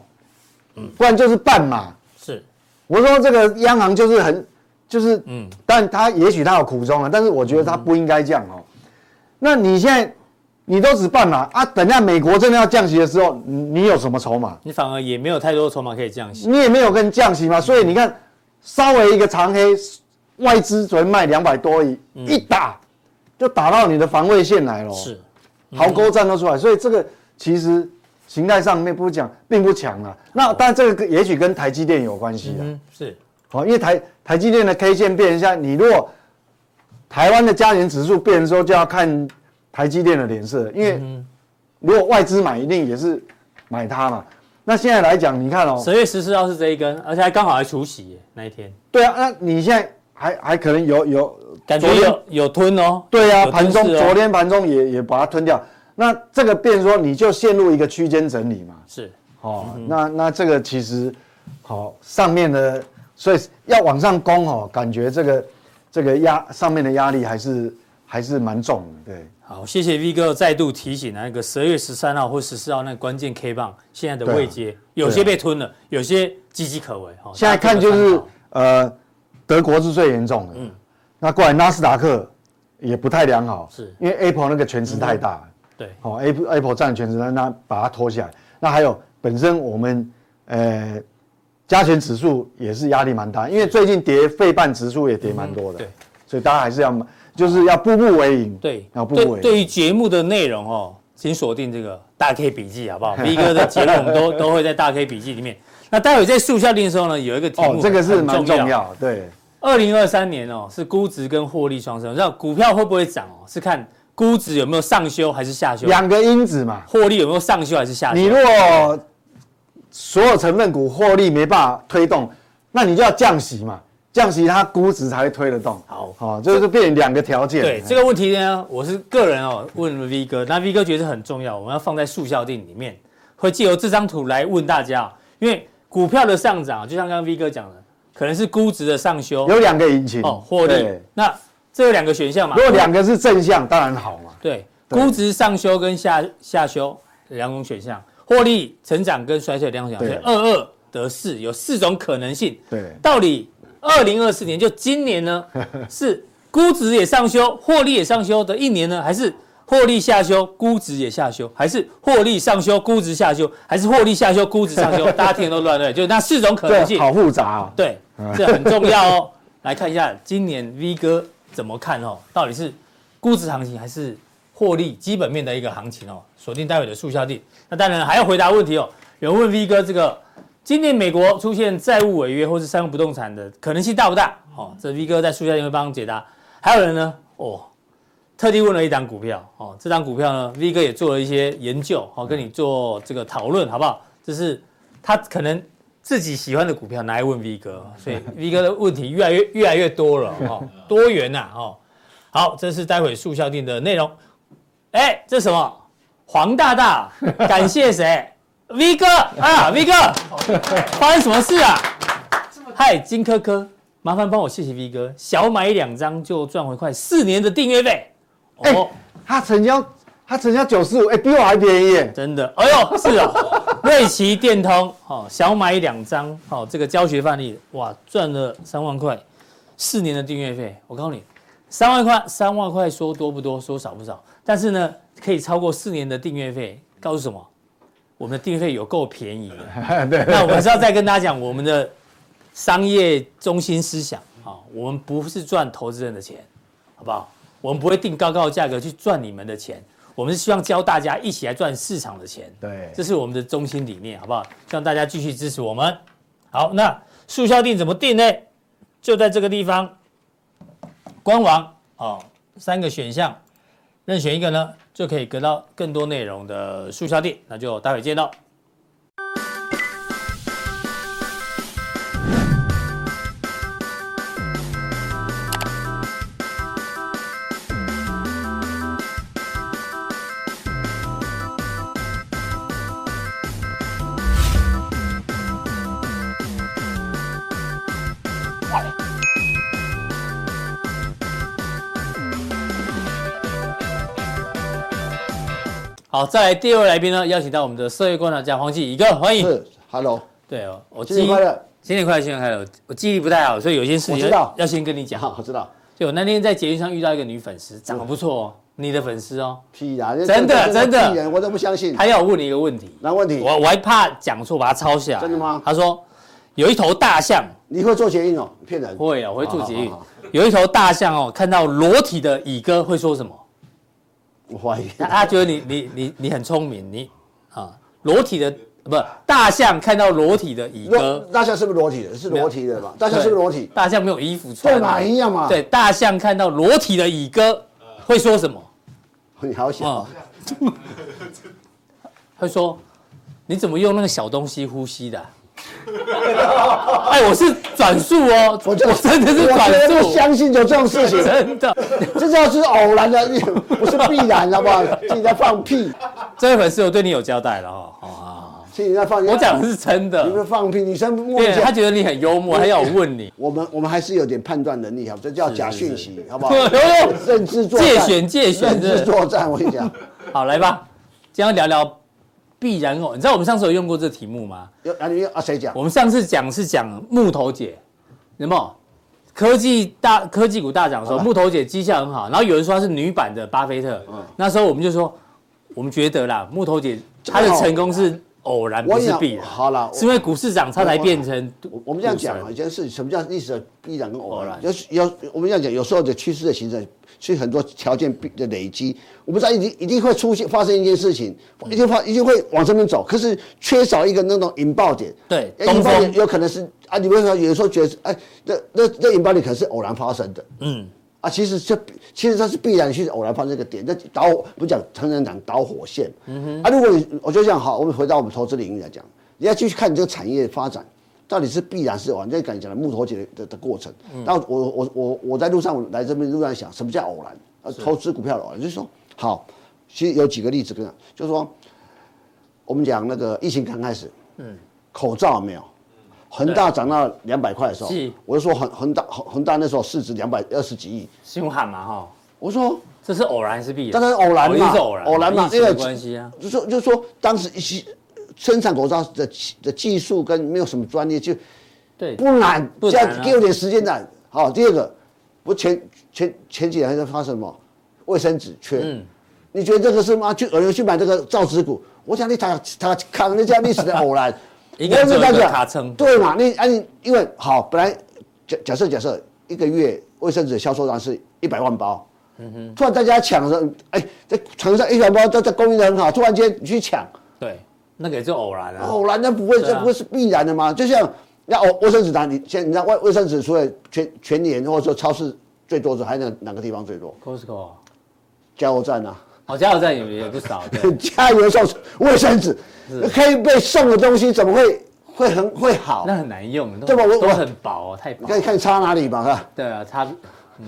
S4: 不然就是半马。
S2: 是
S4: 我说这个央行就是很，就是
S2: 嗯
S4: 嗯，但他也许他有苦衷啊，但是我觉得他不应该这样哦。那你现在你都只办嘛啊，等下美国真的要降息的时候，你你有什么筹码？
S2: 你反而也没有太多筹码可以降息，
S4: 你也没有跟降息嘛，所以你看稍微一个长黑，外资昨天卖两百多亿，一打就打到你的防卫线来了，
S2: 嗯
S4: 哦
S2: 是嗯
S4: 壕沟战都出来，所以这个其实形态上面不讲并不强啊。那但这个也许跟台积电有关系啊。
S2: 嗯是
S4: 好，因为台台积电的 K 线变一下，你如果台湾的加权指数变的时候，就要看台积电的脸色，因
S2: 嗯
S4: 为如果外资买，一定也是买它嘛。那现在来讲，你看哦，
S2: 十月十四号是这一根，而且还刚好还除夕耶那一天，
S4: 对啊，那你现在还还可能有有
S2: 感觉
S4: 昨天
S2: 有有吞哦，
S4: 对啊，
S2: 有
S4: 盘
S2: 吞噬
S4: 中
S2: 哦
S4: 昨天盘中也也把它吞掉，那这个变说你就陷入一个区间整理嘛。
S2: 是
S4: 哦，那那这个其实，好、上面的，所以要往上攻哦，感觉这个这个压上面的压力还是还是蛮重的，对
S2: 好，谢谢 V 哥再度提醒啊那个十二月十三号或十四号那个关键 K 棒现在的
S4: 对啊
S2: 位阶，有些被吞了，有些岌岌可危。哦
S4: 现在看就
S2: 大家可以
S4: 是
S2: 参考
S4: 呃，德国是最严重的，嗯，那过来纳斯达克也不太良好，
S2: 是嗯
S4: 因为 Apple 那个权值太大了，
S2: 对
S4: 哦，Apple Apple 占全值，那那把它拖下来。那还有本身我们呃加权指数也是压力蛮大，因为最近跌费半指数也跌蛮多的，
S2: 嗯对
S4: 所以大家还是要买就是要步步为营，
S2: 对
S4: 要步步为
S2: 对
S4: 营。
S2: 对于节目的内容哦，请锁定这个大 K 笔记好 不好？V 哥的结论我们都都会在大 K 笔记里面。那待会在速效定的时候呢，有一个题
S4: 哦
S2: 目，
S4: 这个是
S2: 很
S4: 蛮重。要，对，
S2: 二零二三年哦，是估值跟获利双升，那股票会不会涨哦？是看估值有没有上修还是下修，
S4: 两个因子嘛。
S2: 获利有没有上修还啊是下修。
S4: 你如果所有成分股获利没办法推动，那你就要降息嘛，降息它估值才会推得动。
S2: 好
S4: 好、就是变两个条件。
S2: 对这个问题呢，我是个人哦问了 V 哥，那 V 哥觉得很重要，我们要放在速效定里面，会借由这张图来问大家哦，因为股票的上涨，就像刚刚 V 哥讲的，可能是估值的上修
S4: 有两个引擎
S2: 哦获利
S4: 对，
S2: 那这有两个选项嘛，
S4: 如果两个是正向，当然好嘛。
S2: 对
S4: 对
S2: 估值上修跟下下修两种选项，获利成长跟衰退两种选项，所以二二得四，有四种可能性。
S4: 对
S2: 到底二零二四年就今年呢，是估值也上修，获利也上修的一年呢，还是获利下修，估值也下修，还是获利上修，估值下修，还是获利下修，估值上修？大家听得都乱对，就那四种可能
S4: 这
S2: 性，
S4: 好复杂哦。
S2: 对，这很重要哦。 来看一下今年 V 哥怎么看哦，到底是估值行情还是获利基本面的一个行情哦？锁定待会的速效地。那当然还要回答问题哦。有人问 V 哥这个今年美国出现债务违约或是商用不动产的可能性大不大？哦，这 V 哥在书下也会帮我们解答。还有人呢，哦，特地问了一档股票，哦，这档股票呢，V 哥也做了一些研究，哦，跟你做这个讨论，好不好？这是他可能自己喜欢的股票拿来问 V 哥，所以 V 哥的问题越来越越来越多了，哦，多元呐、哦。好，这是待会速效定的内容。哎，这是什么？黄大大，感谢谁？V 哥啊，V 哥，发生什么事啊？嗨，金科科，麻烦帮我谢谢 V 哥，小买两张就赚回快四年的订阅费。
S4: 哎
S2: 哦，
S4: 它成交它成交九十五，哎，比我还便宜耶。
S2: 真的，哎呦，是哦，瑞奇电通，哦，小买两张，哦，这个教学范例，哇，赚了三万块，四年的订阅费，我告诉你，三万块，三万块说多不多，说少不少，但是呢，可以超过四年的订阅费，告诉什么？我们的订阅费有够便宜的。 对，那我们是要再跟大家讲我们的商业中心思想啊、哦我们不是赚投资人的钱，好不好？我们不会定高高的价格去赚你们的钱，我们是希望教大家一起来赚市场的钱。
S4: 对
S2: 这是我们的中心理念，好不好？希望大家继续支持我们。好，那速效定怎么定呢？就在这个地方，官网哦，三个选项，任选一个呢，就可以得到更多内容的速效定。那就待会见喽。好，再来第二位来宾呢，邀请到我们的社会观察家黄继一哥，欢迎。
S3: 是，Hello，
S2: 对哦，我
S3: 新年
S2: 记忆
S3: 快乐！
S2: 新年快乐，新年快乐！我记忆力不太好，所以有些事情
S3: 我
S2: 要
S3: 知道
S2: 要先跟你讲。
S3: 好，我知道，
S2: 就我那天在捷运上遇到一个女粉丝，长得不错哦，你的粉丝哦。
S3: 屁呀，这
S2: 真的
S3: 这这
S2: 真的
S3: 屁人我都不相信。
S2: 她要我问你一个问题，
S3: 嗯那问题，
S2: 我我还怕讲错，把它抄下来。
S3: 真的吗
S2: 她说有一头大象，
S3: 你会做捷运哦？骗人！
S2: 会啊，我会做捷运
S3: 好好好。
S2: 有一头大象哦，看到裸体的乙哥会说什 么？
S3: 我怀疑。
S2: 他他觉得你你你你很聪明，你啊，裸体的不大象看到裸体的乙
S3: 裸
S2: 哥，
S3: 大象是不是裸体的？是裸体的嘛？大象是不是裸体？
S2: 大象没有衣服穿，啊
S3: 对嘛一样嘛
S2: 对，大象看到裸体的乙哥会说什么？
S3: 你好想
S2: 啊
S3: 哦，，
S2: 会说你怎么用那个小东西呼吸的啊、哎，我是转述哦，我
S3: 就
S2: 真的是
S3: 我
S2: 转
S3: 绝对不
S2: 述，
S3: 相信有这种事 情，
S2: 真的。
S3: 这叫是偶然的，不是必然，好不好？自己在放屁，
S2: 这位粉丝我对你有交代了哦，哦好
S3: 自己在放。
S2: 我讲的是真
S3: 啊你们
S2: 的。
S3: 放屁，女生莫
S2: 对
S3: 名其
S2: 他
S3: 妙。
S2: 觉得你很幽默，还要我问 你，
S3: 我们我们还是有点判断能力，好，这叫假讯息，好不 好
S2: 哎？呦
S3: 认知作
S2: 借
S3: 战，
S2: 选借选
S3: 认
S2: 是不
S3: 知
S2: 是
S3: 作战，我跟你讲，
S2: 好，来吧，今天要聊聊必然偶。你知道我们上次有用过这题目吗？
S3: 有啊，你啊谁讲？
S2: 我们上次讲是讲木头姐，有没有？科技大科技股大涨的时候，木头姐绩效很好，然后有人说她是女版的巴菲特。
S3: 嗯
S2: 那时候我们就说，我们觉得啦，木头姐她的成功是偶然，
S3: 我
S2: 不
S3: 跟你
S2: 是
S3: 讲
S2: 必然。
S3: 好啦我
S2: 是因为股市涨，她才变成
S3: 我我们这样讲
S2: 股
S3: 啊，
S2: 神
S3: 一件事，什么叫历史的必然跟偶
S2: 偶然
S3: 然？就是有我们这样讲，有时候的趋势的形成是很多条件必的累积。我们知道一定一定会出现发生一件事情，一定发一定会往这边走，可是缺少一个那种引爆点。
S2: 对
S3: 哎
S2: 东
S3: 引爆点
S2: 风
S3: 有可能是啊，你为什么有时候觉得是哎，那那那引爆点可能是偶然发生的。嗯。啊，其实这其实它是必然去偶然发生这个点，那导火不讲成人讲导火线。嗯哼。啊，如果你我就这样好，我们回到我们投资领域来讲，你要去看你这个产业发展。到底是必然是偶然？这感觉讲的木头姐的的的过程。那我我我我在路上我来这边路上想，什么叫偶然？呃，投资股票的偶然，就是说，好，其实有几个例子跟你讲，就是说，我们讲那个疫情刚开始，嗯，口罩有没有，恒大涨到两百块的时候
S2: 是，
S3: 我就说恒恒大恒恒大那时候市值两百二十几亿，
S2: 凶悍嘛哈，
S3: 我说
S2: 这是偶然是必然，
S3: 当然偶然
S2: 一定
S3: 嘛，
S2: 哦是偶然，
S3: 偶然嘛
S2: 疫，情的关系啊，
S3: 就说就说当时一些生产口罩的的技术跟没有什么专业就。
S2: 对，
S3: 不难，
S2: 不
S3: 这
S2: 难啊
S3: 样给我点时间难。好，第二个，不前前前几年还在发生什么卫生纸缺？
S2: 嗯
S3: 你觉得这个是吗？就有人去买这个造纸股，我想你他他扛人家历史的 偶然，
S2: 一个人
S3: 我
S2: 做
S3: 跟
S2: 一
S3: 大
S2: 个
S3: 家
S2: 卡称
S3: 对嘛？你啊你因为好，本来假假设假设一个月卫生纸销售量是一百万包。
S2: 嗯
S3: 突哎然大家抢的时候，哎，在床上一百包都在供应的很好，突然间你去抢，
S2: 对，那个也是偶然啊。
S3: 偶然那不会，
S2: 对啊
S3: 这不会是必然的吗？就像那哦，卫生纸拿你现你知道卫卫生纸除了全全年或者说超市最多之后，还有哪哪个地方最多？
S2: Costco，
S3: 加油站啊，
S2: 哦，加油站有也不少， 对
S3: 加油送卫生纸，可以被送的东西怎么会会很会好？
S2: 那很难用，都
S3: 对吧我
S2: 都
S3: 我
S2: 很薄哦，太薄
S3: 你。看看插哪里嘛，哈，
S2: 对啊，擦，嗯，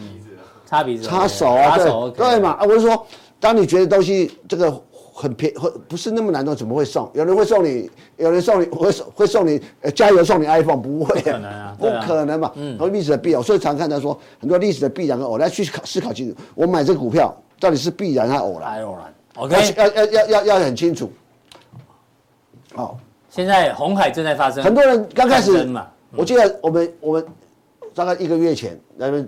S2: 擦鼻子，
S3: 插
S2: OK，
S3: 手啊，
S2: 擦
S3: 对
S2: 哎手 OK，
S3: 对嘛？啊，我是说，当你觉得东西这个很便很不是那么难弄，怎么会送？有人会送你，有人送你会送会送你呃加油送你 iPhone，不会、
S2: 不可能啊
S3: 不
S2: 对啊
S3: 可能嘛。嗯，历史的必然，所以常看他说很多历史的必然跟偶然，去考思考清楚，我买这个股票到底是必然还是偶然？
S2: 还有然。
S3: 要
S2: 哎 OK，
S3: 要要要要要很清楚。好，
S2: 现在红海正在发生
S3: 很多人刚开
S2: 战
S3: 始
S2: 争嘛，嗯
S3: 我记得我们我们大概一个月前，那边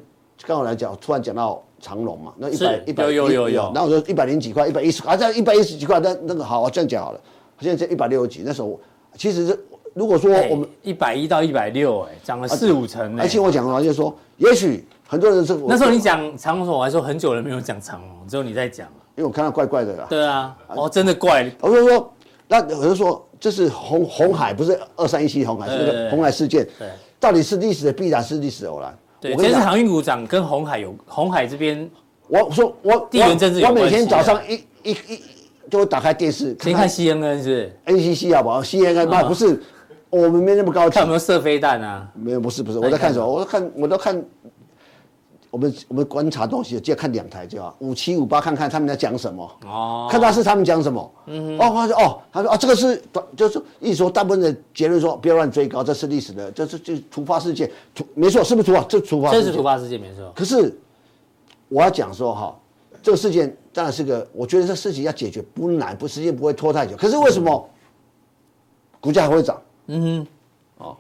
S3: 刚好来讲，突然讲到长隆嘛，那一百
S2: 是
S3: 一百
S2: 有有有有
S3: 然后我说一百零几块，一百一十啊，这样一百一十几块，那那个好，这样讲好了，现在一百六十几，那时候我其实是如果说
S2: 哎
S3: 我们，
S2: 一百一到一百六，哎，涨了四五成呢。
S3: 而且我讲的话就是说，也许很多人是
S2: 那时候你讲长虹，我还说很久人没有讲长虹，只有你在讲。啊
S3: 因为我看到怪怪的啦，
S2: 对啊，哦，真的怪，
S3: 我就说，那我就说，这是红红海，不是二三一七红海，
S2: 对
S3: 是那
S2: 对对
S3: 个红海事件
S2: 对，
S3: 到底是历史的必然，是历史的偶然？
S2: 对，
S3: 我跟
S2: 这
S3: 你
S2: 次
S3: 讲，
S2: 航运股涨跟红海有红海这边
S3: 我说我
S2: 地缘政治有
S3: 我我每天
S2: 关
S3: 早
S2: 系啊
S3: 上一一一就会打开 电视
S2: 先
S3: 看
S2: 看
S3: 看
S2: CNN 是不是
S3: NCC 好不好？CNN
S2: 啊
S3: 嘛，不是，我们没那么高级
S2: 看有，没有射飞弹啊？
S3: 没有不是不是，
S2: 那
S3: 我
S2: 你
S3: 在看
S2: 看
S3: 什么？
S2: 什
S3: 我都看我都看。我们我们观察东西，就看两台就好，五七五八看看他们在讲什么。
S2: 哦，
S3: 看到是他们讲什么，嗯，哦，他说哦，他说啊，这个是就是一说，大部分的结论说不要乱追高，这是历史的，这是这是突发事件，突没错，是不是突发？这突发，
S2: 这是突。发事件没错，
S3: 可是我要讲说哈，这个事件当然是个，我觉得这事情要解决不难，不时间不会拖太久。可是为什么股价还会涨？哦
S2: 嗯
S3: 好，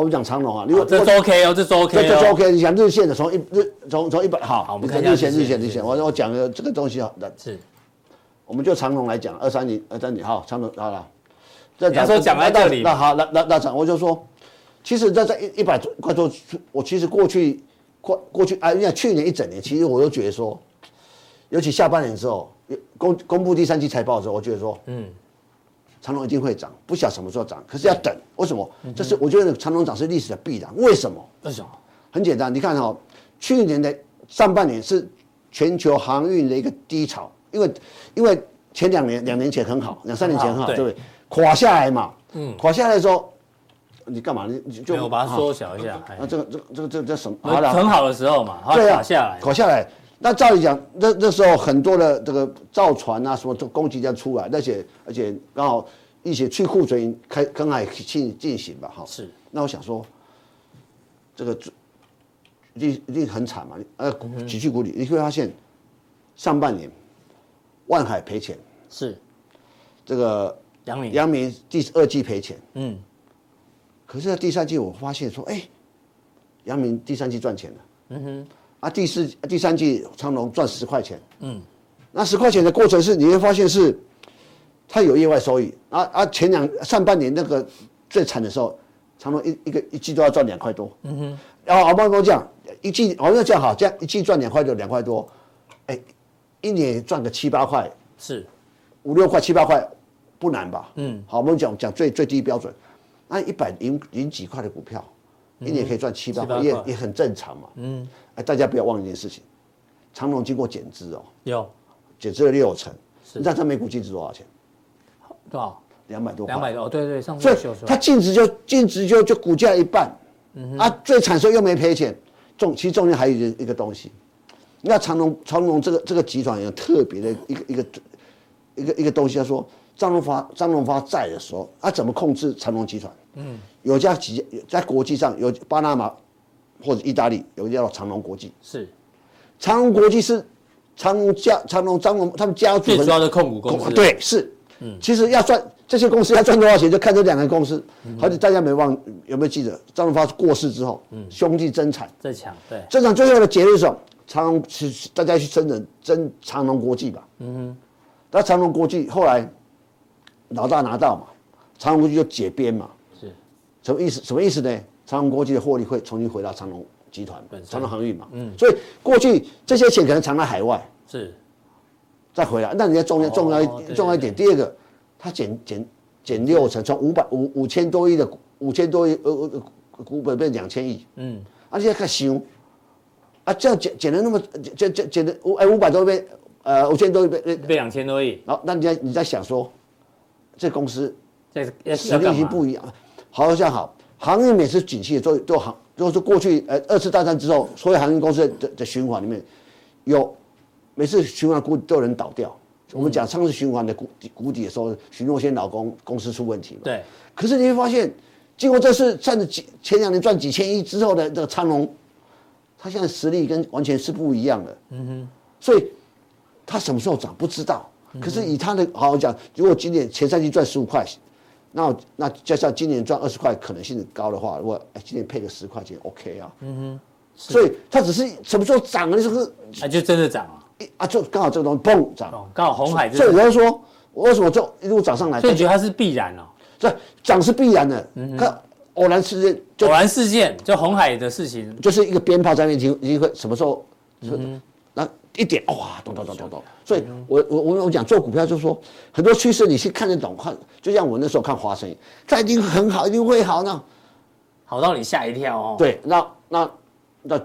S3: 我们讲长龙啊，因
S2: 哼，
S3: 为
S2: 好这周 OK 哦，这周 OK
S3: 这
S2: 哦，
S3: 这就 OK。你讲日线的，从一日从从一百好，
S2: 好我们
S3: 你
S2: 看一下
S3: 日线
S2: 日线
S3: 日线
S2: 日
S3: 日
S2: 线
S3: 线，我我讲的这个东西啊，那
S2: 是。
S3: 我们就长龙来讲，二三零二三零好，长龙好了。这
S2: 你要说讲在这里
S3: 那好，那那那讲，我就说，其实这在一一百块多，我其实过去过过去啊，你看去年一整年，其实我都觉得说，尤其下半年之后，公公布第三季财报的时候，我觉得说，嗯，长隆一定会涨，不晓得什么时候涨，可是要等。为什么？
S2: 嗯
S3: 这是我觉得长隆涨是历史的必然。为什么？
S2: 为什么？
S3: 很简单，你看哈、哦，去年的上半年是全球航运的一个低潮，因为因为前两年两年前很好，两三年前很
S2: 很
S3: 好，
S2: 好对
S3: 对不对？垮下来嘛，嗯，垮下来的时候，你干嘛？你你
S2: 没
S3: 就
S2: 有我把它缩小一下，
S3: 啊
S2: 哎
S3: 啊，这个这个这个这个叫什么？好了，
S2: 很好的时候嘛，它
S3: 对啊，
S2: 打下来，
S3: 垮下来。那照理讲，那那时候很多的这个造船啊，什么都攻击要出来，而且而且刚好一些去库存开刚好进进行吧，哈。
S2: 是。
S3: 那我想说，这个最一定一定很惨嘛，呃，股几句股里你会发现，上半年万海赔钱，
S2: 是
S3: 这个
S2: 杨明，
S3: 阳明第二季赔钱，
S2: 嗯，
S3: 可是，在第三季我发现说，哎、阳明第三季赚钱了，嗯哼，啊，第四第三季长隆赚十块钱，嗯，那十块钱的过程是你会发现是，它有业外收益，啊啊，前两上半年那个最惨的时候，长隆一一个一季都要赚两块多，嗯哼，然后我帮我讲一季，我们这样好，这样一季赚两块多，两块多，哎、一年赚个七八块，
S2: 是
S3: 五六块、七八块不难吧？
S2: 嗯
S3: 嗯，好，我们讲讲最最低标准，那一百零零几块的股票，一年可以赚嗯七八块，
S2: 7-8
S3: 也
S2: 块
S3: 也很正常嘛。嗯，哎，大家不要忘了一件事情，长隆经过减资哦，
S2: 有
S3: 减资了六成，你知道它每股净值多少钱？
S2: 多少？
S3: 两百多块。
S2: 两百多，哦对对，上次
S3: 所
S2: 有
S3: 以
S2: 秀出
S3: 它
S2: 来，
S3: 净值就净值就就股价一半，啊，最惨时候又没赔钱，重其实中间还有一个一个东西，那长隆长隆这个这个集团有特别的一个一个一个一个东西，他说张荣发张荣发在的时候，他、怎么控制长隆集团？嗯，有家企业在国际上有巴拿马或者意大利有一家叫长隆国际，
S2: 是
S3: 长隆国际是长隆家长隆张荣他们家族
S2: 最
S3: 很
S2: 主要的控股公司，嗯
S3: 公对是，其实要赚这些公司要赚多少钱，就看这两个公司。
S2: 嗯
S3: 而且大家没忘有没有记得，张荣发过世之后，
S2: 嗯
S3: 兄弟争产，
S2: 在抢，对，
S3: 争产最后的结论是什么？长隆是大家去争人争长隆国际吧，嗯哼，那长隆国际后来老大拿到嘛，长隆国际就解编嘛，
S2: 是
S3: 什么意思？什么意思呢？长隆国际的获利会重新回到长隆集团
S2: 本、身
S3: 长隆航运嘛，嗯，所以过去这些钱可能藏在海外，
S2: 是
S3: 再回来。那人家重要重要一
S2: 哦对
S3: 重要一点，第二个，他减减减六成，从五百五五千多亿的股五千多亿呃呃呃股本变两千亿，嗯，啊，你在看想，啊，这样减减了那么减减减了五哎五百多倍，呃五千多亿倍，呃
S2: 被两千多亿，
S3: 然后那你在你在想说，这公司
S2: 在要
S3: 实
S2: 要
S3: 力已
S2: 干
S3: 经
S2: 嘛？
S3: 不一样。好像好，航运每次景气都都行，就是过去呃二次大战之后，所有航运公司的的循环里面，有每次循环谷底都有人倒掉。我们讲上次循环的谷底谷底的时候，许诺先老公公司出问题嘛。
S2: 对。
S3: 可是你会发现，经过这次赚了几前两年赚几千亿之后的这个长隆，他现在实力跟完全是不一样的。嗯哼。所以它什么时候涨不知道。可是以它的好好讲，如果今年前三季赚十五块，那我那加上今年赚二十块可能性高的话，如果哎今年配个十块钱 OK 啊。嗯哼。所以它只是什么时候涨啊？就是
S2: 啊，就真的涨了。
S3: 一啊，就刚好这个东西嘣
S2: 哦
S3: 涨。，
S2: 刚好红海
S3: 所以
S2: 这，
S3: 我要说，我为什么就一路涨 上来？
S2: 所以你觉得它是必然哦？
S3: 这涨是必然的。看偶然事件
S2: 嗯偶
S3: 就
S2: 然事件，就红海的事情，
S3: 就是一个鞭炮在那边听，一个什么时候，
S2: 嗯
S3: 那一点哇，咚咚咚咚咚。所以我我我我讲做股票就是说，很多趋势你是看得懂，看就像我那时候看华晨，它一定很好，一定会好呢。
S2: 好到你吓一跳哦。，
S3: 对，那那那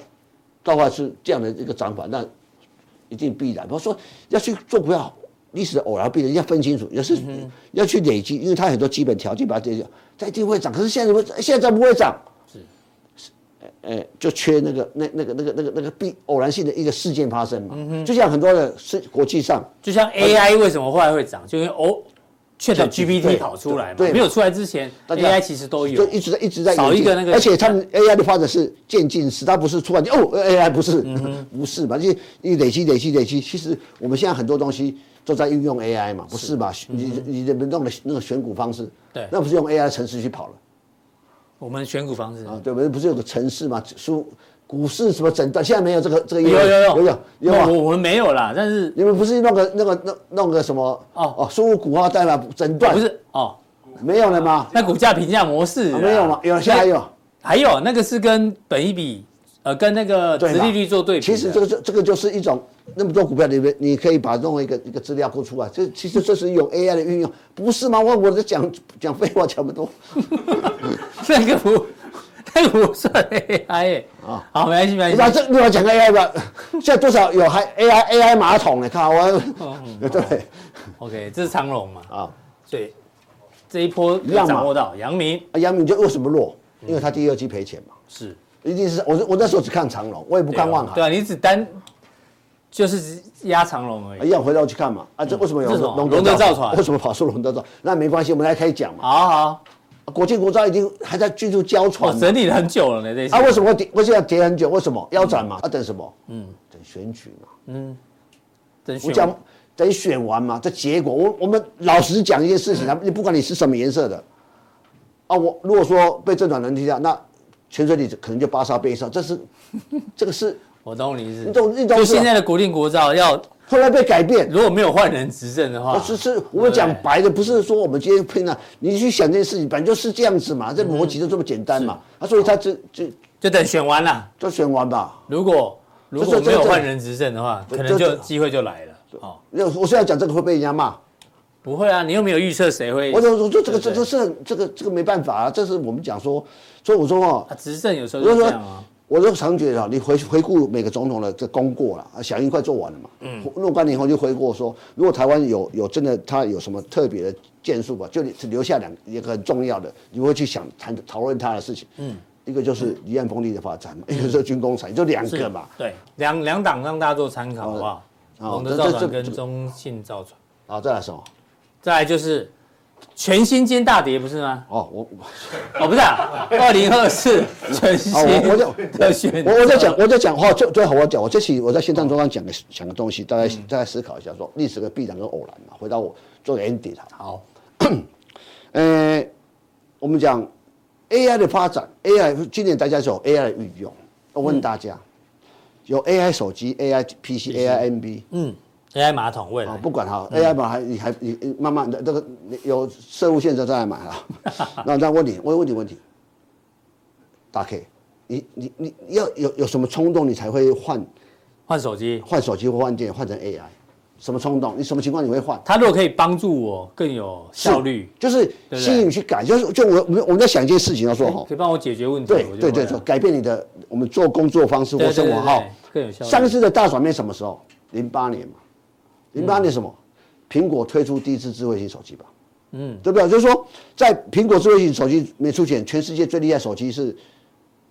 S3: 到话是这样的一个涨法，那一定必然。我说要去做股票，历史的偶然必然要分清楚，要是、要去累积，因为它很多基本条件把它这它一定会涨。可是现在不会现在不会涨，是，哎、就缺那个那那个那个那个那个必偶然性的一个事件发生嘛。就像很多的是国际上，
S2: 就像 AI 为什么后来会涨，就因为哦，Chat
S3: 对
S2: GPT 跑出来嘛，
S3: 对
S2: 没有出来之前
S3: 大家
S2: ，AI 其实都有
S3: 就。一直在一直在
S2: 少一
S3: 演进
S2: 个那个
S3: 而且他们 AI 的发展是渐进式，它不是突然间哦 AI 不是、
S2: 嗯
S3: 不是嘛，就是一累积累积累积。其实我们现在很多东西都在运用 AI 嘛，不是吧？你你你们弄的那个选股方式，
S2: 嗯对
S3: 那不是用 AI 程式去跑了
S2: 我们选股方式，
S3: 啊？对不对？不是有个程式嘛？书股市什么诊断，现在没有这个这个
S2: 有
S3: 应
S2: 有
S3: 用
S2: 有
S3: 有有有
S2: 那
S3: 啊
S2: 我我们没有啦，但是
S3: 你们不是弄个那个弄弄个什么
S2: 哦
S3: 哦输入股号代码诊断
S2: 不是哦，
S3: 没有了吗？
S2: 那股价评价模式
S3: 啊
S2: 啊
S3: 没有嘛？有现在还有。
S2: 还有那个是跟本一比，呃，跟那个
S3: 对
S2: 殖
S3: 嘛
S2: 利率做对比的。
S3: 其实这个就这个就是一种那么多股票里面，你可以把弄一个一个资料库出来。这其实这是有 AI 的运用，不是吗？我我在讲讲废话讲不多，
S2: 那个不，那个不算 AI 欸
S3: 啊
S2: 好，没关系，没
S3: 那
S2: 关系。
S3: 这另外讲 AI 吧。现在多少有还 AI AI 马桶呢？看
S2: 哦
S3: 我， 对
S2: OK，这是长龙嘛，
S3: 啊，
S2: 所以这一波
S3: 一样嘛
S2: 掌握到阳明
S3: 啊杨敏就为什么弱？因为他第二季赔钱嘛，
S2: 是
S3: 一定是我我那时候只看长隆，我也不
S2: 不
S3: 看万海
S2: 对，啊，你只单就是只压长龙而
S3: 啊
S2: 已。
S3: 一样回到去看嘛。啊，这为什么
S2: 嗯
S3: 有
S2: 这是什么
S3: 龙
S2: 龙德造船
S3: 为什么跑出龙德造？那没关系，我们来开讲嘛。
S2: 好好，
S3: 国际国造已经还在进入交
S2: 我
S3: 船嘛，
S2: 整理了很久了呢，这一次
S3: 啊，为什么会跌？为什么要跌很久？为什么腰斩嘛？啊，等什么？嗯，等选举嘛。
S2: 真
S3: 我
S2: 选
S3: 讲等选完嘛，这结果我我们老实讲一件事情啊，你不管你是什么颜色的，啊，我如果说被正转人踢掉，那潜水艇可能就巴萨背上，这 是这个是
S2: 我懂你意思。
S3: 你懂你懂
S2: 就是
S3: 吧
S2: 现在的国定国造要
S3: 后来被改变。
S2: 如果没有换人执政的话
S3: 啊，，是是，我们讲白的，不是说我们今天喷啊，你去想这件事情，本来就是这样子嘛，这逻辑就这么简单嘛。啊，所以他这这
S2: 就等选完了。
S3: 就选完吧。
S2: 如果如果
S3: 这这
S2: 没有
S3: 这
S2: 换人执政的话，
S3: 这
S2: 可能就
S3: 这
S2: 机会就来了。哦，
S3: 那我现在讲这个会被人家骂，
S2: 不会啊，你又没有预测谁会。
S3: 我就我就这个这
S2: 对不
S3: 这
S2: 对
S3: 是很这个这个没办法啊，这是我们讲说，所以我说哦，
S2: 啊，执政有时候
S3: 我就
S2: 就这
S3: 说
S2: 样啊。，
S3: 我就常觉得啊，你回回顾每个总统的这功过了，啊响应快做完了嘛，嗯，若干年后就回顾说，如果台湾有有真的他有什么特别的建树吧，就只留下两一个很重要的，你会去想谈讨论他的事情，嗯。一个就是离岸风力的发展嘛，一个就是军工产，就两
S2: 是
S3: 个嘛。
S2: 对，两两党让大家做参考，好不好？
S3: 哦
S2: 龙
S3: 这
S2: 德造
S3: 这
S2: 船跟
S3: 这
S2: 中信造船，
S3: 啊，再来什么？
S2: 再来就是全新间大跌，不是吗？
S3: 哦，我
S2: 哦，不是 啊，二零二四全新
S3: 啊我我就
S2: 的选择，
S3: 我我在讲我在讲话，最最好我讲，我这期我在线上中央讲个讲个东西，大家大家思考一下，说历史的必然跟偶然嘛。回到我做个 ending 啊好了。
S2: 好，
S3: 呃，我们讲 AI 的发展，AI 今年大家有 AI 的运用，我问大家，有 AI 手机、AI PC、AI NB
S2: 嗯，AI 马桶未
S3: 啊
S2: 来，
S3: 不管哈，AI
S2: 嗯
S3: 嘛还你还你你慢慢的这个你有社务线再再来 买啊。那那问你，我问你问题，大 K，你你你你要有有什么冲动，你才会换
S2: 换手机
S3: 换手机或换电换成 AI？什么冲动，你什么情况你会换？
S2: 他如果可以帮助我更有效率，
S3: 是就是
S2: 对
S3: 吸引你去改，就是就我我们我们在想一件事情要说哈，
S2: 可以帮我解决问题，
S3: 哦对
S2: 我就
S3: 对
S2: 会
S3: 对，
S2: 了
S3: 说改变你的我们做工作方式
S2: 对
S3: 或
S2: 对
S3: 生活
S2: 对
S3: 哈
S2: 对。更有效率。
S3: 上次的大转变什么时候？零八年嘛，零八年什么？苹果推出第一支智慧型手机吧，嗯，对不对？就是说，在苹果智慧型手机没出现，全世界最厉害手机是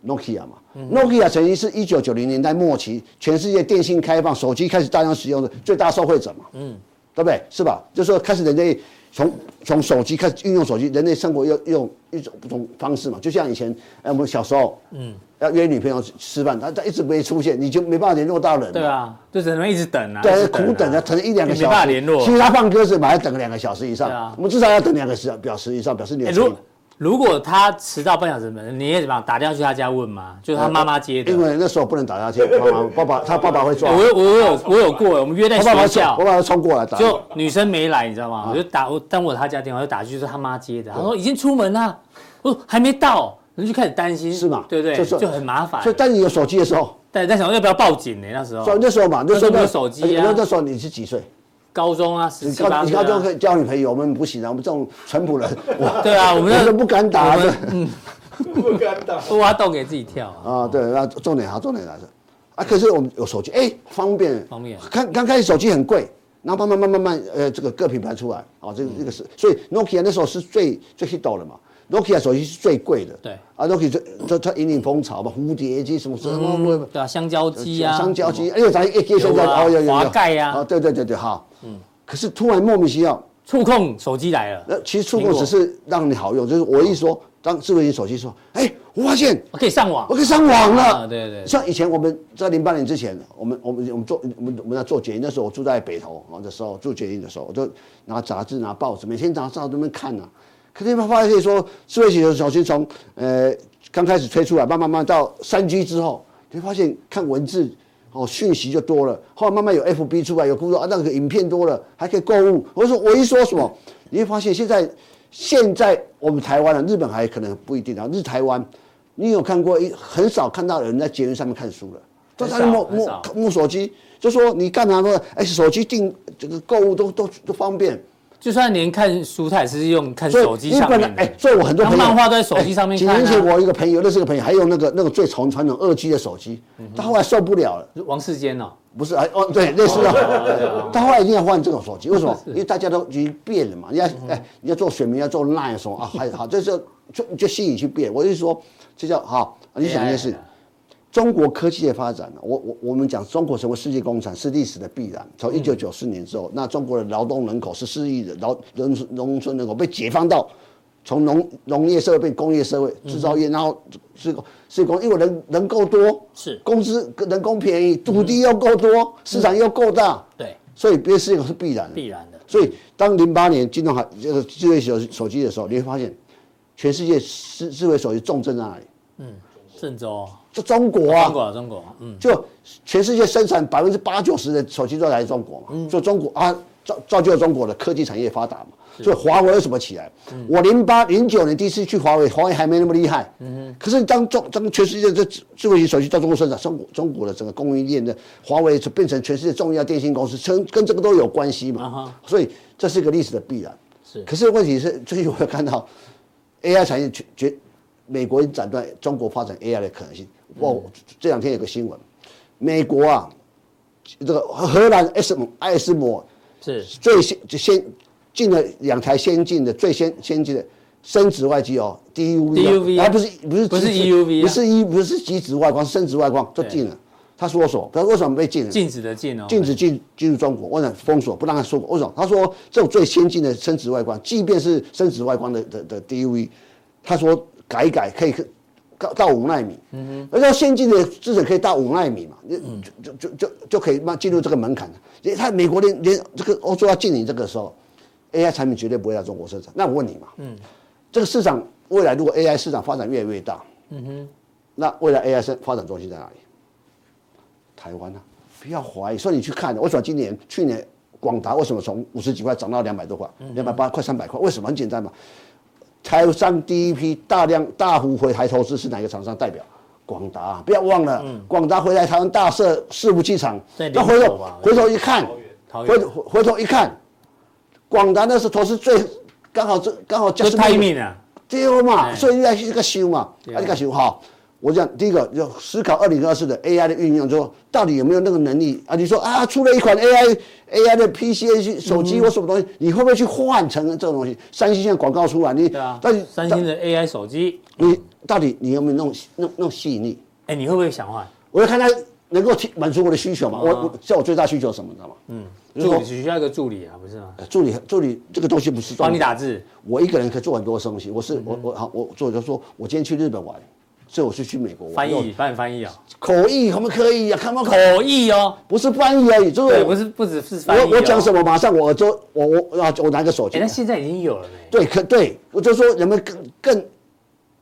S3: Nokia 嘛、n o k i a 曾经是一九九零年代末期全世界电信开放，手机开始大量使用的最大受惠者嘛，嗯，对不对？是吧？就是说开始人类从从手机开始运用手机，人类生活用用一种不同方式嘛，就像以前哎我们小时候，嗯，要约女朋友吃饭，她她一直没出现，你就没办法联络到人嘛，
S2: 对啊，就只能一直等啊，一
S3: 对，
S2: 直
S3: 苦等
S2: 啊
S3: 啊，等一两个
S2: 也没
S3: 小时，
S2: 办法联络
S3: 其。实他放鸽子嘛，还等个两个小时以上。
S2: 对啊
S3: 我们至少要等两个时表时以上，表示你
S2: 哎
S3: 有
S2: 如
S3: 诚意。
S2: 果如果他迟到半小时门，你也怎么样打电话去他家问吗？就是他妈妈接的。
S3: 因为那时候不能打下去，爸妈爸爸他爸爸会抓
S2: 哎，我有我有我有过，我们约在
S3: 他爸爸
S2: 学
S3: 冲，
S2: 校
S3: 我，爸爸冲过来打。啊
S2: 就女生没来，你知道吗？我就打我，但我有他家电话就打去，就是他妈接的。他说已经出门啦，我说还没到，人就开始担心，
S3: 是吗
S2: 对不对？
S3: 就是
S2: 就很麻烦
S3: 所。以当你有手机的时候，
S2: 但但想说要不要报警呢？那时
S3: 所以
S2: 候
S3: 那时候嘛，那时候
S2: 哦那时候没有手机啊
S3: 而且那那时候你是几岁？
S2: 高中啊，十
S3: 你
S2: 七八
S3: 高你
S2: 岁
S3: 高中可
S2: 啊，
S3: 以交女朋友，我们不行啊，我们这种淳朴人， 我
S2: 对啊，我们
S3: 我
S2: 那
S3: 都不敢打
S2: 我
S3: 的
S2: 们。嗯，
S5: 不敢 打。
S2: 挖洞给自己跳啊。
S3: 啊，对，那重点啊，重点来了，啊，可是我们有手机，哎、方便，
S2: 方便
S3: 看刚开始手机很贵，然后慢慢慢慢慢，呃，这个各品牌出来，啊，
S2: 嗯
S3: 这个这个是，所以 Nokia 那时候是最最 hit 到的嘛。Nokia 手机是最贵的，
S2: 对
S3: 啊，Nokia 最它它引领风潮嘛，蝴蝶机什么什么，
S2: 对啊，香蕉机啊，
S3: 呃香蕉机，哎呦，咱一个香
S2: 有
S3: 蕉，
S2: 啊
S3: 哦，有有有，
S2: 滑盖啊
S3: 对对对对，好，嗯，可是突然莫名其妙，
S2: 触控手机来了，
S3: 那其实触
S2: 苹
S3: 控
S2: 果
S3: 只是让你好用，就是我一说，当智慧型手机说，哎，我发现
S2: 我可以上网
S3: 我。可以上网了。
S2: 啊对对
S3: 像以前我们在零八年之前，我们我们我们做我们我们在做捷运，那时候我住在北投啊，那时候住捷运的时候，我就拿杂志拿报纸，每天拿杂志那边看啊。可是你们发现说，智慧型手机从呃刚开始推出来，慢慢慢慢到三 G 之后，你会发现看文字哦讯息就多了，后来慢慢有 FB 出来，有工作啊那个影片多了，还可以购物。我说我一说什么，你会发现现在现在我们台湾啊，日本还可能不一定啊，日台湾。你有看过一很少看到有人在捷运上面看书了，都在那摸
S2: 很少
S3: 摸摸手机，就说你干嘛呢？哎，手机订这个购物都都都方便，
S2: 就算连看书，他也是用看
S3: 所以
S2: 手机
S3: 你
S2: 上
S3: 本
S2: 面
S3: 来
S2: 的。
S3: 哎，所以我很多朋友
S2: 他漫画都在手机上面看啊
S3: 哎几年前我一个朋友认识个朋友，还用那个那个最传传统二 G 的手机，
S2: 嗯
S3: 他后来受不了了，
S2: 王世坚哦，
S3: 不是啊，哦，对，哦类似的，他后来一定要换这种手机，为什么？
S2: 是
S3: 因为大家都已经变了嘛，你要哎，你要做选民，要做 line 什么 啊，还好，这就就就吸引去变。我就说，这叫好，你想一件事
S2: AI，
S3: 中国科技的发展呢，啊我我我们讲中国成为世界工厂是历史的必然。从一九九四年之后，那中国的劳动人口十四亿人，劳农农村人口被解放到从农农业社会变工业社会，制造业，然后是是工，因为人人够多，
S2: 是
S3: 工资人工便宜，土地又够多，市场又够大，
S2: 对，
S3: 所以这事情是必然的。
S2: 必然的。
S3: 所以当零八年金融海这个智慧手手机的时候，你会发现全世界智智慧手机重症在哪里？
S2: 郑州，哦
S3: 就中国啊，
S2: 中国，中国，嗯，
S3: 就全世界生产百分之八九十的手机都来自中国嘛，
S2: 嗯
S3: 所以中国啊造造就了中国的科技产业发达嘛，所以华为为什么起来？
S2: 嗯
S3: 我零八零九年第一次去华为，华为还没那么厉害，
S2: 嗯
S3: 可是当中当全世界的智智慧型手机到中国生产，中国中国的整个供应链的华为就变成全世界重要电信公司，跟跟这个都有关系
S2: 啊
S3: 嘛
S2: 哈，
S3: 所以这是一个历史的必然。
S2: 是
S3: 可是问题是最近我有看到 AI 产业决决美国已经斩断中国发展 AI 的可能性。哇，
S2: 嗯
S3: 这两天有个新闻，美国啊，这个荷兰 S 姆艾斯摩
S2: 是
S3: 最先先进了两台先进的最先先进的生殖外机哦，DUV，
S2: DUV
S3: 啊还不是不是
S2: 不是
S3: 极致
S2: EUV 啊
S3: 不是一不是极紫外光，是生殖外光就禁了。他说说，他为什么被禁了？
S2: 禁止的禁哦，
S3: 禁止进进入中国，为什么封锁不让他出国？为什么？他说这种最先进的生殖外观，即便是生殖外观的的的 DUV，他说改一改可以到到五纳米，嗯哼，而嗯且先进的至少可以到五纳米嘛，就就就就就可以慢进入这个门槛了。连他美国连连这个欧洲要禁你这个时候，AI 产品绝对不会在中国生产。那我问你嘛，嗯，这个市场未来如果 AI 市场发展越来越大，嗯哼，那未来 AI 生发展中心在哪里？台湾啊，不要怀疑。所以你去看，为什么今年、去年广达为什么从五十几块涨到两百多块，两百八快三百块？为什么？很简单嘛，台商第一批大量大幅回台投资是哪个厂商代表？广达啊，不要忘了，广达回来台湾大设四服器厂
S2: 嗯在，林
S3: 那回
S2: 口
S3: 头
S2: 吧
S3: 回头一看，
S2: 桃
S3: 回
S2: 园
S3: 头回回头一看，广达那时候投资最刚好这刚好
S2: 就
S3: 就是命
S2: timing 啊，
S3: 对嘛，
S2: 哎
S3: 所以你要去这个修嘛，
S2: 对
S3: 啊，这个修哈。我讲第一个要思考二零二四的 AI 的运用，之后到底有没有那个能力啊？你说啊，出了一款 AI AI 的
S2: 嗯
S3: PC 手机或什么东西，你会不会去换成这种东西？三星现在广告出来，你
S2: 对啊
S3: 到底，
S2: 三星的 AI 手机，
S3: 你到底你有没有弄弄弄吸引力？
S2: 哎，你会不会想换？
S3: 我要看它能够提满足我的需求
S2: 啊
S3: 嘛。我我像我最大需求是什么，你知道吗？嗯，就是
S2: 助
S3: 说
S2: 理只需要一个助理啊，不是吗？
S3: 呃助理助理这个东西不是
S2: 帮
S3: 重
S2: 你
S3: 点
S2: 打嗯字，
S3: 我一个人可以做很多东西。我是我我好，我做就说，我今天去日本玩，所以我是去美国玩
S2: 翻译，帮你翻译啊，
S3: 口译可不可以啊？看不看？
S2: 口译哦，
S3: 不是翻译而已，就是
S2: 对，
S3: 我
S2: 不是不只是翻译哦。
S3: 我我讲什么，马上我就我我啊，我拿个手
S2: 哎，
S3: 机
S2: 那，现在已经有了没？
S3: 对，可对我就说人们更更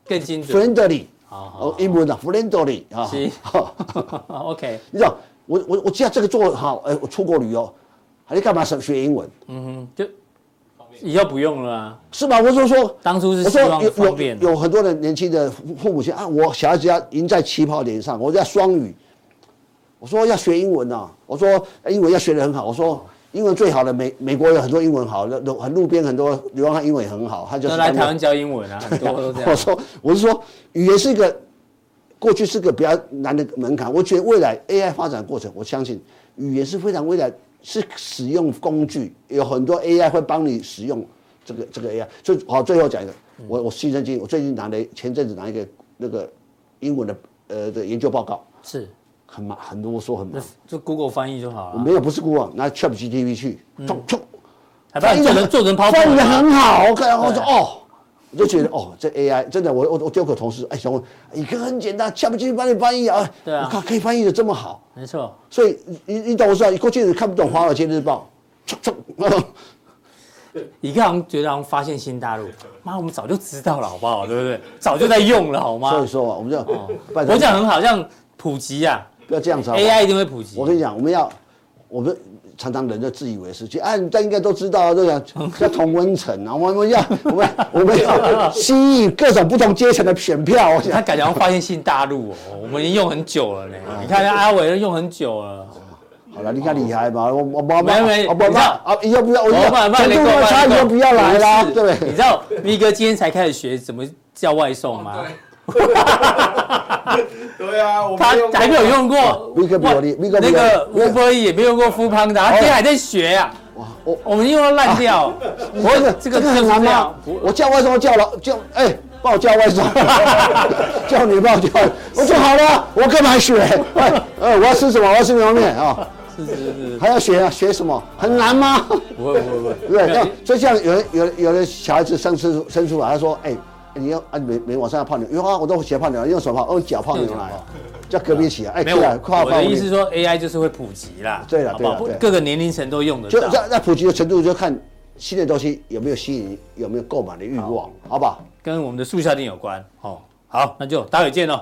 S2: 更精准。
S3: friendly，
S2: 好好
S3: 哦，英文啊，friendly 啊
S2: 是，
S3: 好
S2: OK，
S3: 你知道我我我既然这个做好，哎，我出国旅游，还得干嘛学学英文
S2: 嗯，就以后不用了啊。
S3: 是吧？我就说。
S2: 当初是
S3: 我
S2: 希
S3: 说
S2: 望
S3: 有
S2: 方
S3: 有
S2: 便，
S3: 有很多的年轻的父父母亲啊，我小孩子要赢在起跑点上，我要双语。我说要学英文呐、我说哎英文要学得很好，我说英文最好的美美国有很多英文好，那那很路边很多流浪汉英文也很好，他就
S2: 那
S3: 是
S2: 来
S3: 他们
S2: 台湾教英文啊，很 多都这
S3: 我
S2: 样。
S3: 说我是说语言是一个过去是个比较难的门槛，我觉得未来 AI 发展过程，我相信语言是非常未来是使用工具，有很多 AI 会帮你使用这个这个 AI。所以好，最后讲一个，
S2: 嗯
S3: 我我亲身经历，我最近拿了前阵子拿一个那个英文的呃的研究报告，
S2: 是，
S3: 很麻很多我说很麻
S2: 那，就 Google 翻译就好
S3: 我
S2: 了，
S3: 没有不是孤啊，拿 ChatGPT 去，
S2: 嗯
S3: 冲冲。
S2: 还把你做成啊做成抛
S3: 翻译的很
S2: 啊。
S3: 好，我看我说
S2: 对
S3: 哦，我就觉得哦，这 AI 真的，我我我丢给同事，哎，小文，一个很简单，下不去帮你翻译啊，
S2: 对啊
S3: 我靠，可以翻译的这么好，
S2: 没错，
S3: 所以你你你懂我说，过去人看不懂《华尔街日报》冲，冲
S2: 一个好像觉得好像发现新大陆，妈，我们早就知道了，好不好？对不对？早就在用了，好
S3: 啊所
S2: 吗
S3: 以？说嘛，我们就拜托
S2: 哦我讲很好，像普及啊
S3: 不要这样子好不好
S2: ，AI 一定会普及。
S3: 我跟你讲，我们要，我们常常人就自以为是，就啊，你大家应该都知道，这个
S2: 嗯
S3: 叫同温层啊，我们要我们我们要吸引各种不同阶层的选票，我
S2: 他
S3: 想
S2: 感觉好像发现新大陆哦，我们已经用很久了呢。
S3: 啊
S2: 你看那阿伟用很久了，
S3: 好了，你看厉害吧？
S2: 哦
S3: 我我我
S2: 没没
S3: 我不
S2: 你知道
S3: 啊，以后不要，我
S2: 我办办
S3: 程
S2: 你
S3: 度落差以后不要来啦，对不
S2: 你
S3: 对？
S2: 知道 V 哥今天才开始学怎么叫外送
S3: 哦
S2: 吗？
S5: 对啊，我
S2: 他
S5: 没用过
S2: 还没有用过
S3: Vigo 比我厉
S2: 哇
S3: Vigo 比我
S2: 那个
S3: 厉
S2: 吴伯义也没用过 f o o p a n d a 他今天还在学呀。
S3: 哦我
S2: 我们用到烂 掉，
S3: 这个
S2: 我
S3: 这个很难吗？我叫外送叫了叫哎，帮我叫 外送，叫你帮我叫，我说好了，我干嘛学？哎，呃我要吃什么？我要吃牛肉面啊，
S2: 是是是，
S3: 还要学啊？学什么？很难吗？
S2: 不会不会不会，
S3: 对，
S2: 没有
S3: 那所以像有人有人有的小孩子生出生出来，他说：“哎、你要啊每每晚上要泡牛，有啊，我都学泡牛，用手泡，用脚泡牛奶，叫隔壁起来，哎、
S2: 没
S3: 对
S2: 有
S3: 啊，快
S2: 我我
S3: 泡
S2: 的意思是说 AI 就是会普及啦，
S3: 对啦
S2: 好不好
S3: 对啦对啦
S2: 各个年龄层都用得
S3: 就
S2: 到。
S3: 那那普及的程度就看新的东西有没有吸引，有没有购买的欲望，好不好？
S2: 跟我们的速效定有关。哦，好，那就待会见喽，